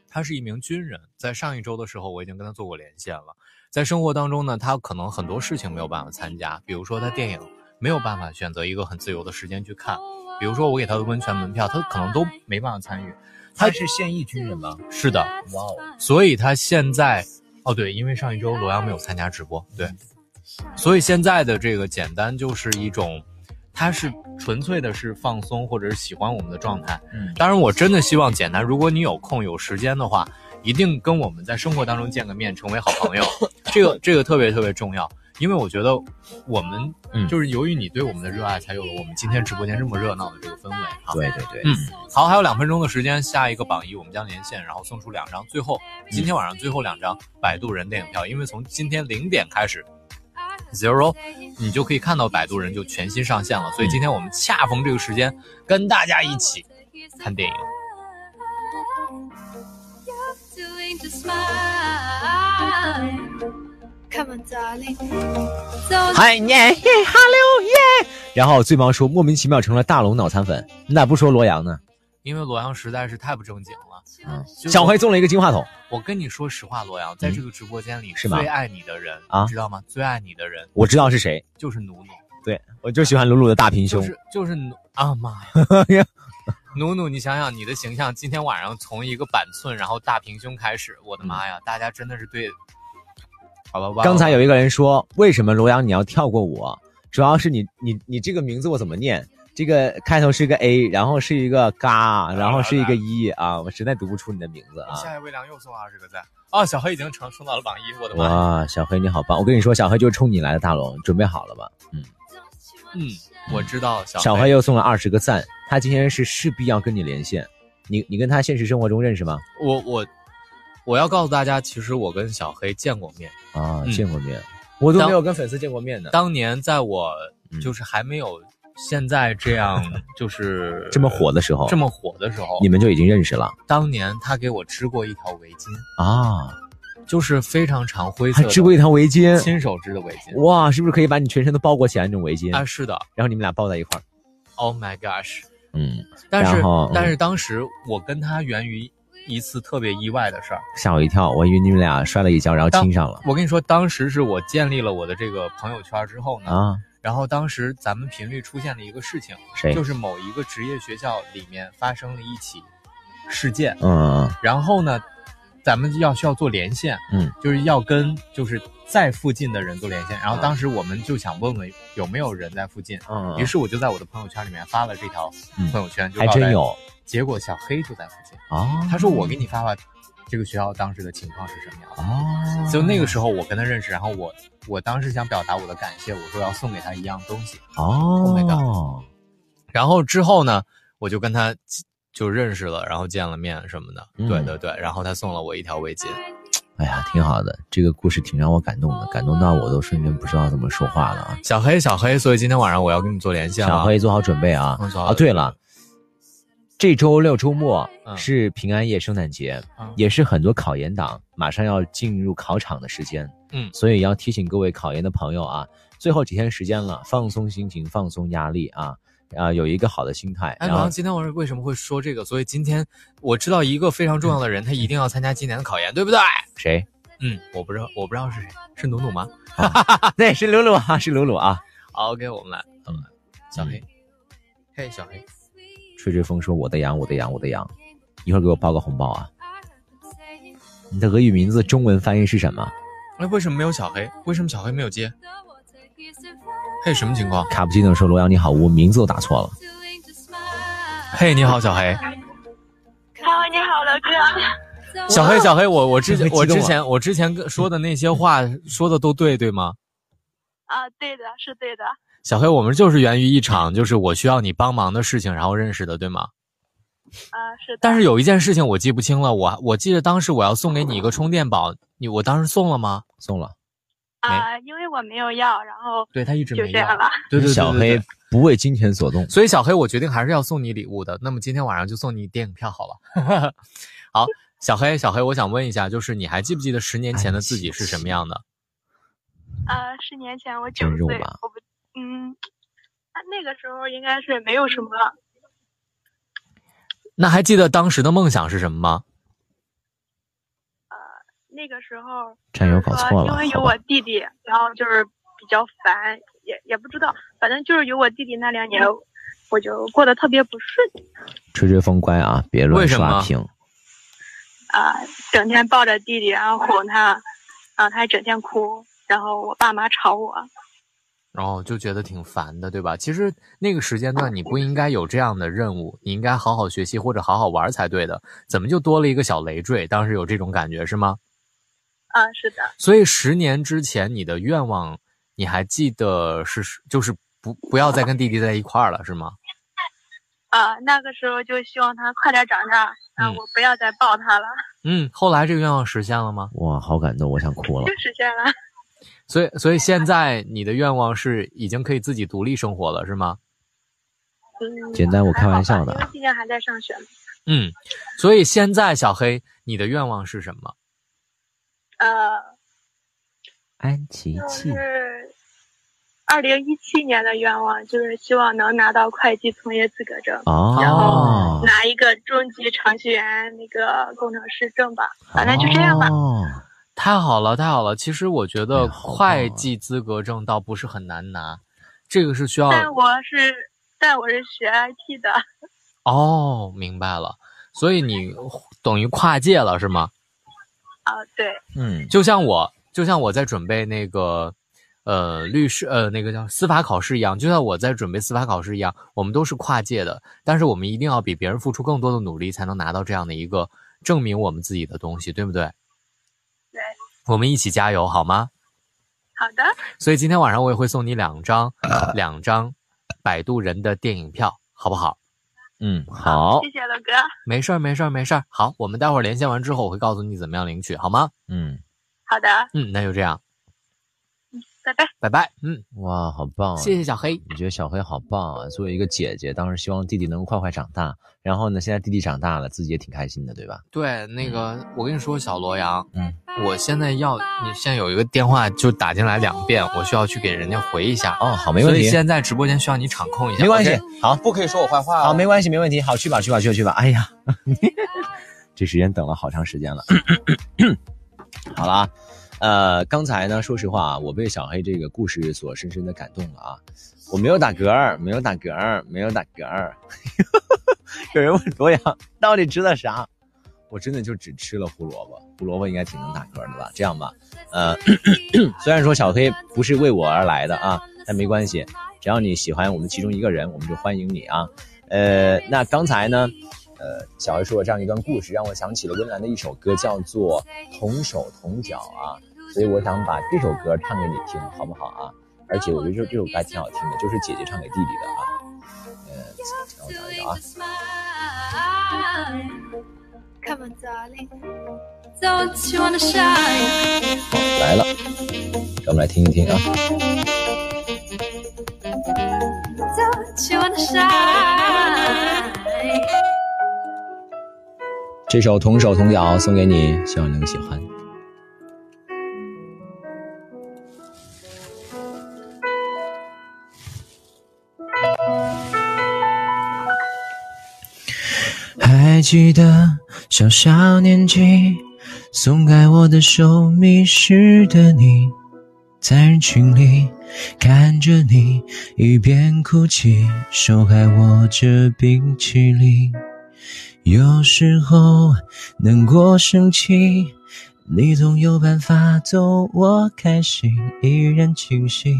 S4: 他是一名军人，在上一周的时候我已经跟他做过连线了，在生活当中呢，他可能很多事情没有办法参加，比如说他电影没有办法选择一个很自由的时间去看，啊比如说我给他的温泉门票，他可能都没办法参与，他
S2: 是现役军人吗？
S4: 是的，
S2: 哇哦，
S4: 所以他现在，哦对，因为上一周罗阳没有参加直播，对，
S3: 嗯
S4: 所以现在的这个简单就是一种，他是纯粹的是放松或者是喜欢我们的状态。
S3: 嗯
S4: 当然，我真的希望简单，如果你有空有时间的话，一定跟我们在生活当中见个面，成为好朋友，
S3: <laughs>
S4: 这个这个特别特别重要。因为我觉得我们、
S3: 嗯
S4: 就是由于你对我们的热爱，才有了我们今天直播间这么热闹的这个氛围啊。
S3: 对对对，
S4: 嗯，好，还有两分钟的时间，下一个榜一我们将连线，然后送出两张，最后今天晚上最后两张百度人电影票，因为从今天零点开始，zero 你就可以看到摆渡人就全新上线了，所以今天我们恰逢这个时间，跟大家一
S9: 嗯
S4: 起看电影。
S7: doing to smile. Come on, darling. So
S3: 嗨耶嘿哈喽耶！然后醉猫说莫名其妙成了大龙脑残粉，你咋不说罗阳呢？
S4: 因为罗阳实在是太不正经了，
S3: 嗯，
S4: 就是
S3: 小黑中了一个金话筒，
S4: 我跟你说实话，罗阳在这个直播间里
S3: 嗯是吗
S4: 最爱你的人，
S3: 啊
S4: 你知道吗？最爱你的人
S3: 我知道是谁，
S4: 就是努努，
S3: 对我就喜欢鲁鲁的大平
S4: 就
S3: 胸，
S4: 是就是努啊妈呀！
S3: <laughs>
S4: 努努，你想想你的形象，今天晚上从一个板寸，然后大平胸开始，我的妈呀！大家真的是对，好吧，
S3: 嗯刚才有一
S4: 个
S3: 个人说，为什么罗阳你要跳过我？主要是你你你这个名字我怎么念？这个开头是一个 A，然后是一个嘎，然后是一个一啊，我实在读不出你的名字啊。
S4: 下一位梁又送二十个赞哦，小黑已经成升到了榜一，我的妈呀！
S3: 哇，小黑你好棒！我跟你说，小黑就是冲你来的，大龙，准备好了吧？嗯，
S4: 嗯，我知道小
S3: 小黑又送了二十个赞，他今天是势必要跟你连线。你你跟他现实生活中认识吗？
S4: 我我我要告诉大家，其实我跟小黑见过面，
S3: 啊，
S4: 嗯
S3: 见过面，我都
S4: 当
S3: 没有跟粉丝见过面呢。
S4: 当年在我
S3: 嗯
S4: 就是还没有现在这
S3: <laughs>
S4: 样就是
S3: 这么火的时候，
S4: 这么火的时候，
S3: 你们就已经认识了
S4: 当年他给我织过一条围巾，
S3: 啊？
S4: 就是非常长灰色
S3: 还
S4: 的，
S3: 织过一条围巾，
S4: 亲手织的围巾。
S3: 哇，是不是可以把你全身都包裹起来那种围巾？
S4: 啊，是的
S3: 然后你们俩抱在一块儿，
S4: ，Oh my gosh！
S3: 嗯，
S4: 但是
S3: 然后嗯
S4: 但是当时我跟他源于一次特别意外的事儿。
S3: 吓我一跳，我以为你们俩摔了一跤，然后亲上了
S4: 我跟你说，当时是我建立了我的这个朋友圈之后呢，
S3: 啊？
S4: 然后当时咱们频率出现了一个事情，
S3: 谁？
S4: 就是是某一个职业学校里面发生了一起事件，
S3: 嗯
S4: 然后呢，咱们要需要做连线，
S3: 嗯，
S4: 就是要跟就是在附近的人做连线。然后
S3: 嗯
S4: 当时我们就想问问有没有人在附近，
S3: 嗯，
S4: 于是我就在我的朋友圈里面发了这条
S3: 嗯
S4: 朋友圈，就
S3: 还
S4: 告诉大
S3: 真
S4: 家。
S3: 有
S4: 结果小黑就在附近，
S3: 啊，
S4: 他说我给你发发这个学校当时的情况是什么样的。
S3: 啊，
S4: 就那个时候我跟他认识，然后我我当时想表达我的感谢，我说要送给他一样东西。Oh my
S3: 哦，
S4: 然后之后呢，我就跟他就认识了，然后见了面什么的。
S3: 嗯
S4: 对对对，然后他送了我一条围巾。
S3: 哎呀，挺好的，这个故事挺让我感动的，感动到我都瞬间不知道怎么说话了啊。
S4: 小黑，小黑，所以今天晚上我要跟你做连线了。
S3: 小黑做好准备啊
S4: 嗯做好
S3: 啊！对了，这周六周末
S4: 嗯
S3: 是平安夜、圣诞节，
S4: 嗯
S3: 也是很多考研党马上要进入考场的时间。
S4: 嗯
S3: 所以要提醒各位考研的朋友啊，最后几天时间了，放松心情，放松压力啊，啊，有一个好的心态。
S4: 哎，
S3: 然
S4: 老
S3: 后
S4: 杨，今天晚上为什么会说这个？所以今天我知道一个非常重要的人，他一定要参加今年的考研，对不对？
S3: 谁？
S4: 嗯，我不知道，我不知道是谁，是努努 <laughs> 吗
S3: 对，是鲁鲁 <laughs> 啊， <laughs> 是鲁鲁啊。
S4: 好？OK，我们来，我们来，小
S9: 嗯
S4: 黑，嘿，小黑，
S3: 吹吹风说：“我的羊，我的羊，我的羊，一会儿给我包个红包啊！”你的俄语名字中文翻译是什么？
S4: 哎，为什么没有小黑？为什么小黑没有接？嘿，什么情况？
S3: 卡布奇诺说：“啊罗阳你好，我名字都打错了。
S4: 嘿，你好，小黑。
S1: How
S4: 小黑，小黑，我我之
S3: 你会激动
S4: 我之
S3: 啊
S4: 前我之前跟说的那些 <laughs> 话说的都对对吗？
S11: 啊，对的，是对的，
S4: 小黑，我们就是源于一场就是我需要你帮忙的事情，然后认识的，对吗？
S11: 啊，是的。
S4: 但是有一件事情我记不清了，我我记得当时我要送给你一个充电宝，你我当时送了吗？
S3: 送了。
S11: 啊，因为我没有要，然后
S4: 对他一直
S11: 就
S4: 没
S11: 这样
S4: 要
S11: 了。
S4: 对对对
S3: 小
S4: 对
S3: 黑
S4: 对
S3: 不为金钱所 <laughs> 动。
S4: 所以小黑，我决定还是要送你礼物的。那么今天晚上就送你电影票好了。 <laughs> 好，小黑，小黑，我想问一下，就是你还记不记得十年前的自己是什么样的？
S11: 啊，十年前我九
S3: 真肉
S11: 岁，
S3: 麻
S11: 我不，嗯，啊那个时候应该是没有什么，
S4: 那还记得当时的梦想是什么吗？
S11: 那个时候
S3: 战友搞
S11: 说
S3: 错了
S11: 因为
S3: 好
S11: 有
S3: 吧
S11: 我弟弟，然后就是比较烦，也也不知道，反正就是有我弟弟那两年，我就过得特别不顺
S3: 吹吹风乖啊，别乱
S4: 为什
S3: 刷
S4: 么
S3: 屏。
S11: 啊、整天抱着弟弟，然后哄他，啊，他还整天哭，然后我爸妈吵我，
S4: 然后就觉得挺烦的，对吧？其实那个时间段你不应该有这样的任务，你应该好好学习或者好好玩才对的，怎么就多了一个小累赘？当时有这种感觉是吗？
S11: 啊，是的，
S4: 所以十年之前你的愿望，你还记得是就是不不要再跟弟弟在一块儿了是吗？
S11: 啊，那个时候就希望他快点长大，啊，
S4: 嗯
S11: 我不要再抱他了， <laughs>
S4: 嗯，后来这个愿望实现了吗？
S3: 哇，好感动，我想哭了
S11: 就。实现了。
S4: 所以所以现在你的愿望是已经可以自己独立生活了是吗？
S11: 嗯，
S3: 简单我开玩笑的
S11: 还好吧因为今年还在上学嘛。
S4: 嗯，所以现在小黑你的愿望是什么？
S11: 呃，
S3: 安琪
S11: 就
S3: 琪，
S11: 是二零一七年的愿望就是希望能拿到会计从业资格证，然
S3: 哦
S11: 后，拿一个中级程序员那个工程师证吧。反正就这样吧。
S3: 哦
S4: 太好了，太好了！其实我觉
S3: 哎
S4: 得
S3: 好棒啊
S4: 会计资格证倒不是很难拿，这个是需要
S11: 但我是，但我是学 IT 的，
S4: 哦，明白了。所以你等于跨界了是吗？
S11: 啊，对，
S3: 嗯，
S4: 就像我，就像我在准备那个呃律师呃那个叫司法考试一样，就像我在准备司法考试一样，我们都是跨界的，但是我们一定要比别人付出更多的努力，才能拿到这样的一个证明我们自己的东西，对不对？
S11: 对。
S4: 我们一起加油好吗？
S11: 好的，
S4: 所以今天晚上我也会送你两张、
S3: 啊
S4: 两张摆渡人的电影票，好不好？
S3: 嗯，好，
S11: 谢谢乐哥，
S4: 没事儿，没事儿，没事儿。好，我们待会儿连线完之后，我会告诉你怎么样领取，好吗？
S3: 嗯，
S11: 好的，
S4: 嗯，那就这样，
S11: 拜拜。
S4: 拜拜。嗯，
S3: 哇，好棒啊！
S4: 谢谢小黑。
S3: 我觉得小黑好棒啊！作为一个姐姐，当时希望弟弟能快快长大，然后呢，现在弟弟长大了，自己也挺开心的，对吧？
S4: 对，那个我跟你说，小罗阳，
S3: 嗯，
S4: 我现在要你现在有一个电话就打进来两遍，我需要去给人家回一下。
S3: 哦，好，没问
S4: 所以
S3: 题，
S4: 现在直播间需要你场控一下。
S3: 没关系
S4: OK？，
S3: 好，不可以说我坏话、啊好，没关系，没问题，好，去吧，去吧，去吧，去吧。哎呀， <laughs> 这时间等了好长时间 <coughs> 了。好了啊，呃，刚才呢，说实话啊，我被小黑这个故事所深深的感动了啊。我没有打嗝儿，没有打嗝儿，没有打嗝儿。 <laughs> 有人问罗阳到底吃的啥？我真的就只吃了胡萝卜，胡萝卜应该挺能打嗝的吧？这样吧，呃， <coughs> 虽然说小黑不是为我而来的啊，但没关系，只要你喜欢我们其中一个人，我们就欢迎你啊。呃，那刚才呢，呃，小黑说了这样一段故事，让我想起了温岚的一首歌，叫做《同手同脚》啊，所以我想把这首歌唱给你听，好不好啊？而且我觉得这这首歌还挺好听的，就是姐姐唱给弟弟的啊。呃，让我找一找啊。
S7: Come on, darling. Don't you wanna shine?
S3: 来了，让我们来听一听啊。
S7: Don't you wanna shine?
S3: 这首《同手同脚》送给你，希望你能喜欢。
S2: 还记得小小年纪松开我的手，迷失的你，在人群里看着你一边哭泣，手还握着冰淇淋。有时候难过、生气，你总有办法逗我开心，依然清晰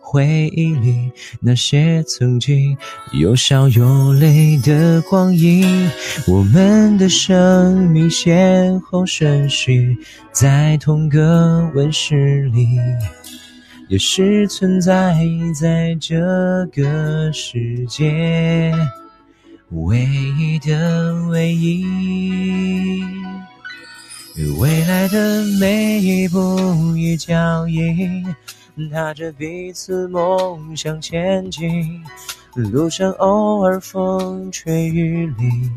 S2: 回忆里那些曾经有笑有泪的光阴，我们的生命先后顺序在同个温室里，也是存在在这个世界唯一的唯一。未来的每一步一脚印，踏着彼此梦想前进。路上偶尔风吹雨淋，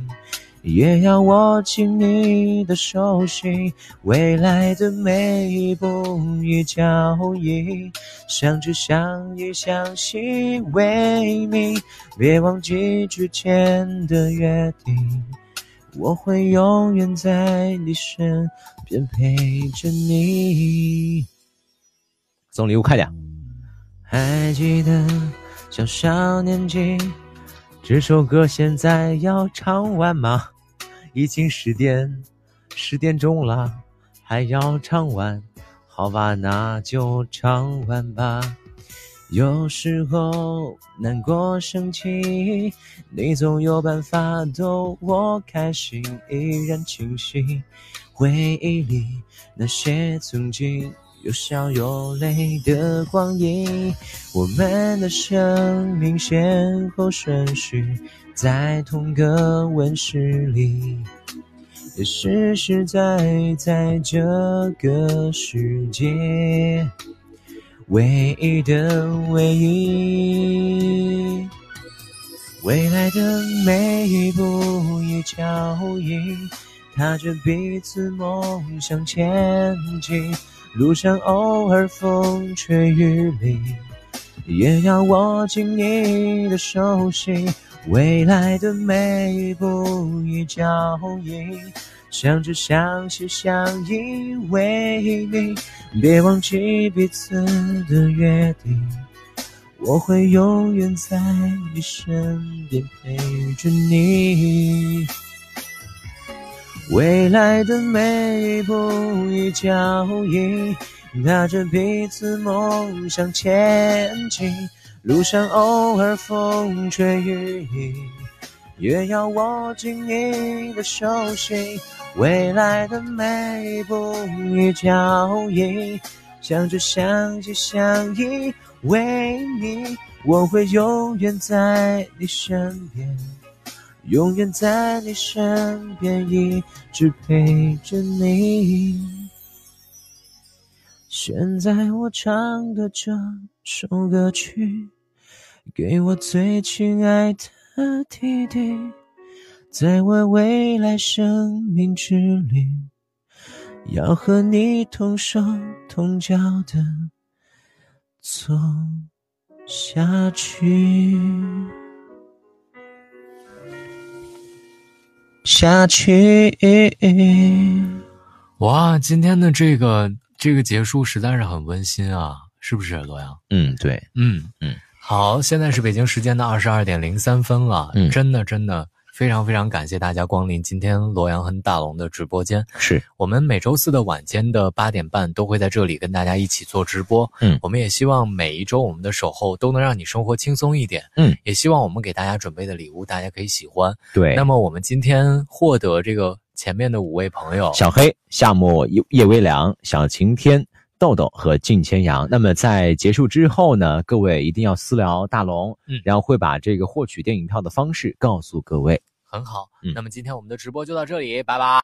S2: 也要握紧你的手心。未来的每一步一脚印，相知相依相惜为命。别忘记之前的约定。我会永远在你身边陪着你。
S3: 送礼物快点！
S2: 还记得小小年纪，这首歌现在要唱完吗？已经十点，十点钟了，还要唱完？好吧，那就唱完吧。有时候难过、生气，你总有办法逗我开心，依然清晰。回忆里那些曾经有笑有泪的光阴，我们的生命先后顺序在同个温室里，也实实在在这个世界。唯一的唯一。未来的每一步一脚印，踏着彼此梦想前进。路上偶尔风吹雨淋，也要握紧你的手心。未来的每一步一脚印，相知相惜相依为命。别忘记彼此的约定，我会永远在你身边陪着你。未来的每一步一脚印，踏着彼此梦想前进。路上偶尔风吹雨淋，也要握紧你的手心。未来的每一步一脚印，相知相惜相依为你，我会永远在你身边，永远在你身边，一直陪着你。现在我唱的这首歌曲，给我最亲爱的弟弟，在我未来生命之旅，要和你同手同脚的走下去，下去。
S4: 哇，今天的这个这个结束实在是很温馨啊，是不是罗阳？
S3: 嗯，对，
S4: 嗯
S3: 嗯，
S4: 好，现在是北京时间的二十二点零三分了，
S3: 嗯
S4: 真的真的非常非常感谢大家光临今天罗阳和大龙的直播间。
S3: 是
S4: 我们每周四的晚间的八点半都会在这里跟大家一起做直播。
S3: 嗯
S4: 我们也希望每一周我们的守候都能让你生活轻松一点。
S3: 嗯，哎
S4: 也希望我们给大家准备的礼物大家可以喜欢。
S3: 对。
S4: 那么我们今天获得这个前面的五位朋友，
S3: 小黑、夏末、叶叶微凉、小晴天、豆豆和靳千阳。那么在结束之后呢，各位一定要私聊大龙，
S4: 嗯
S3: 然后会把这个获取电影票的方式告诉各位。
S4: 很好。
S3: 嗯
S4: 那么今天我们的直播就到这里，拜拜。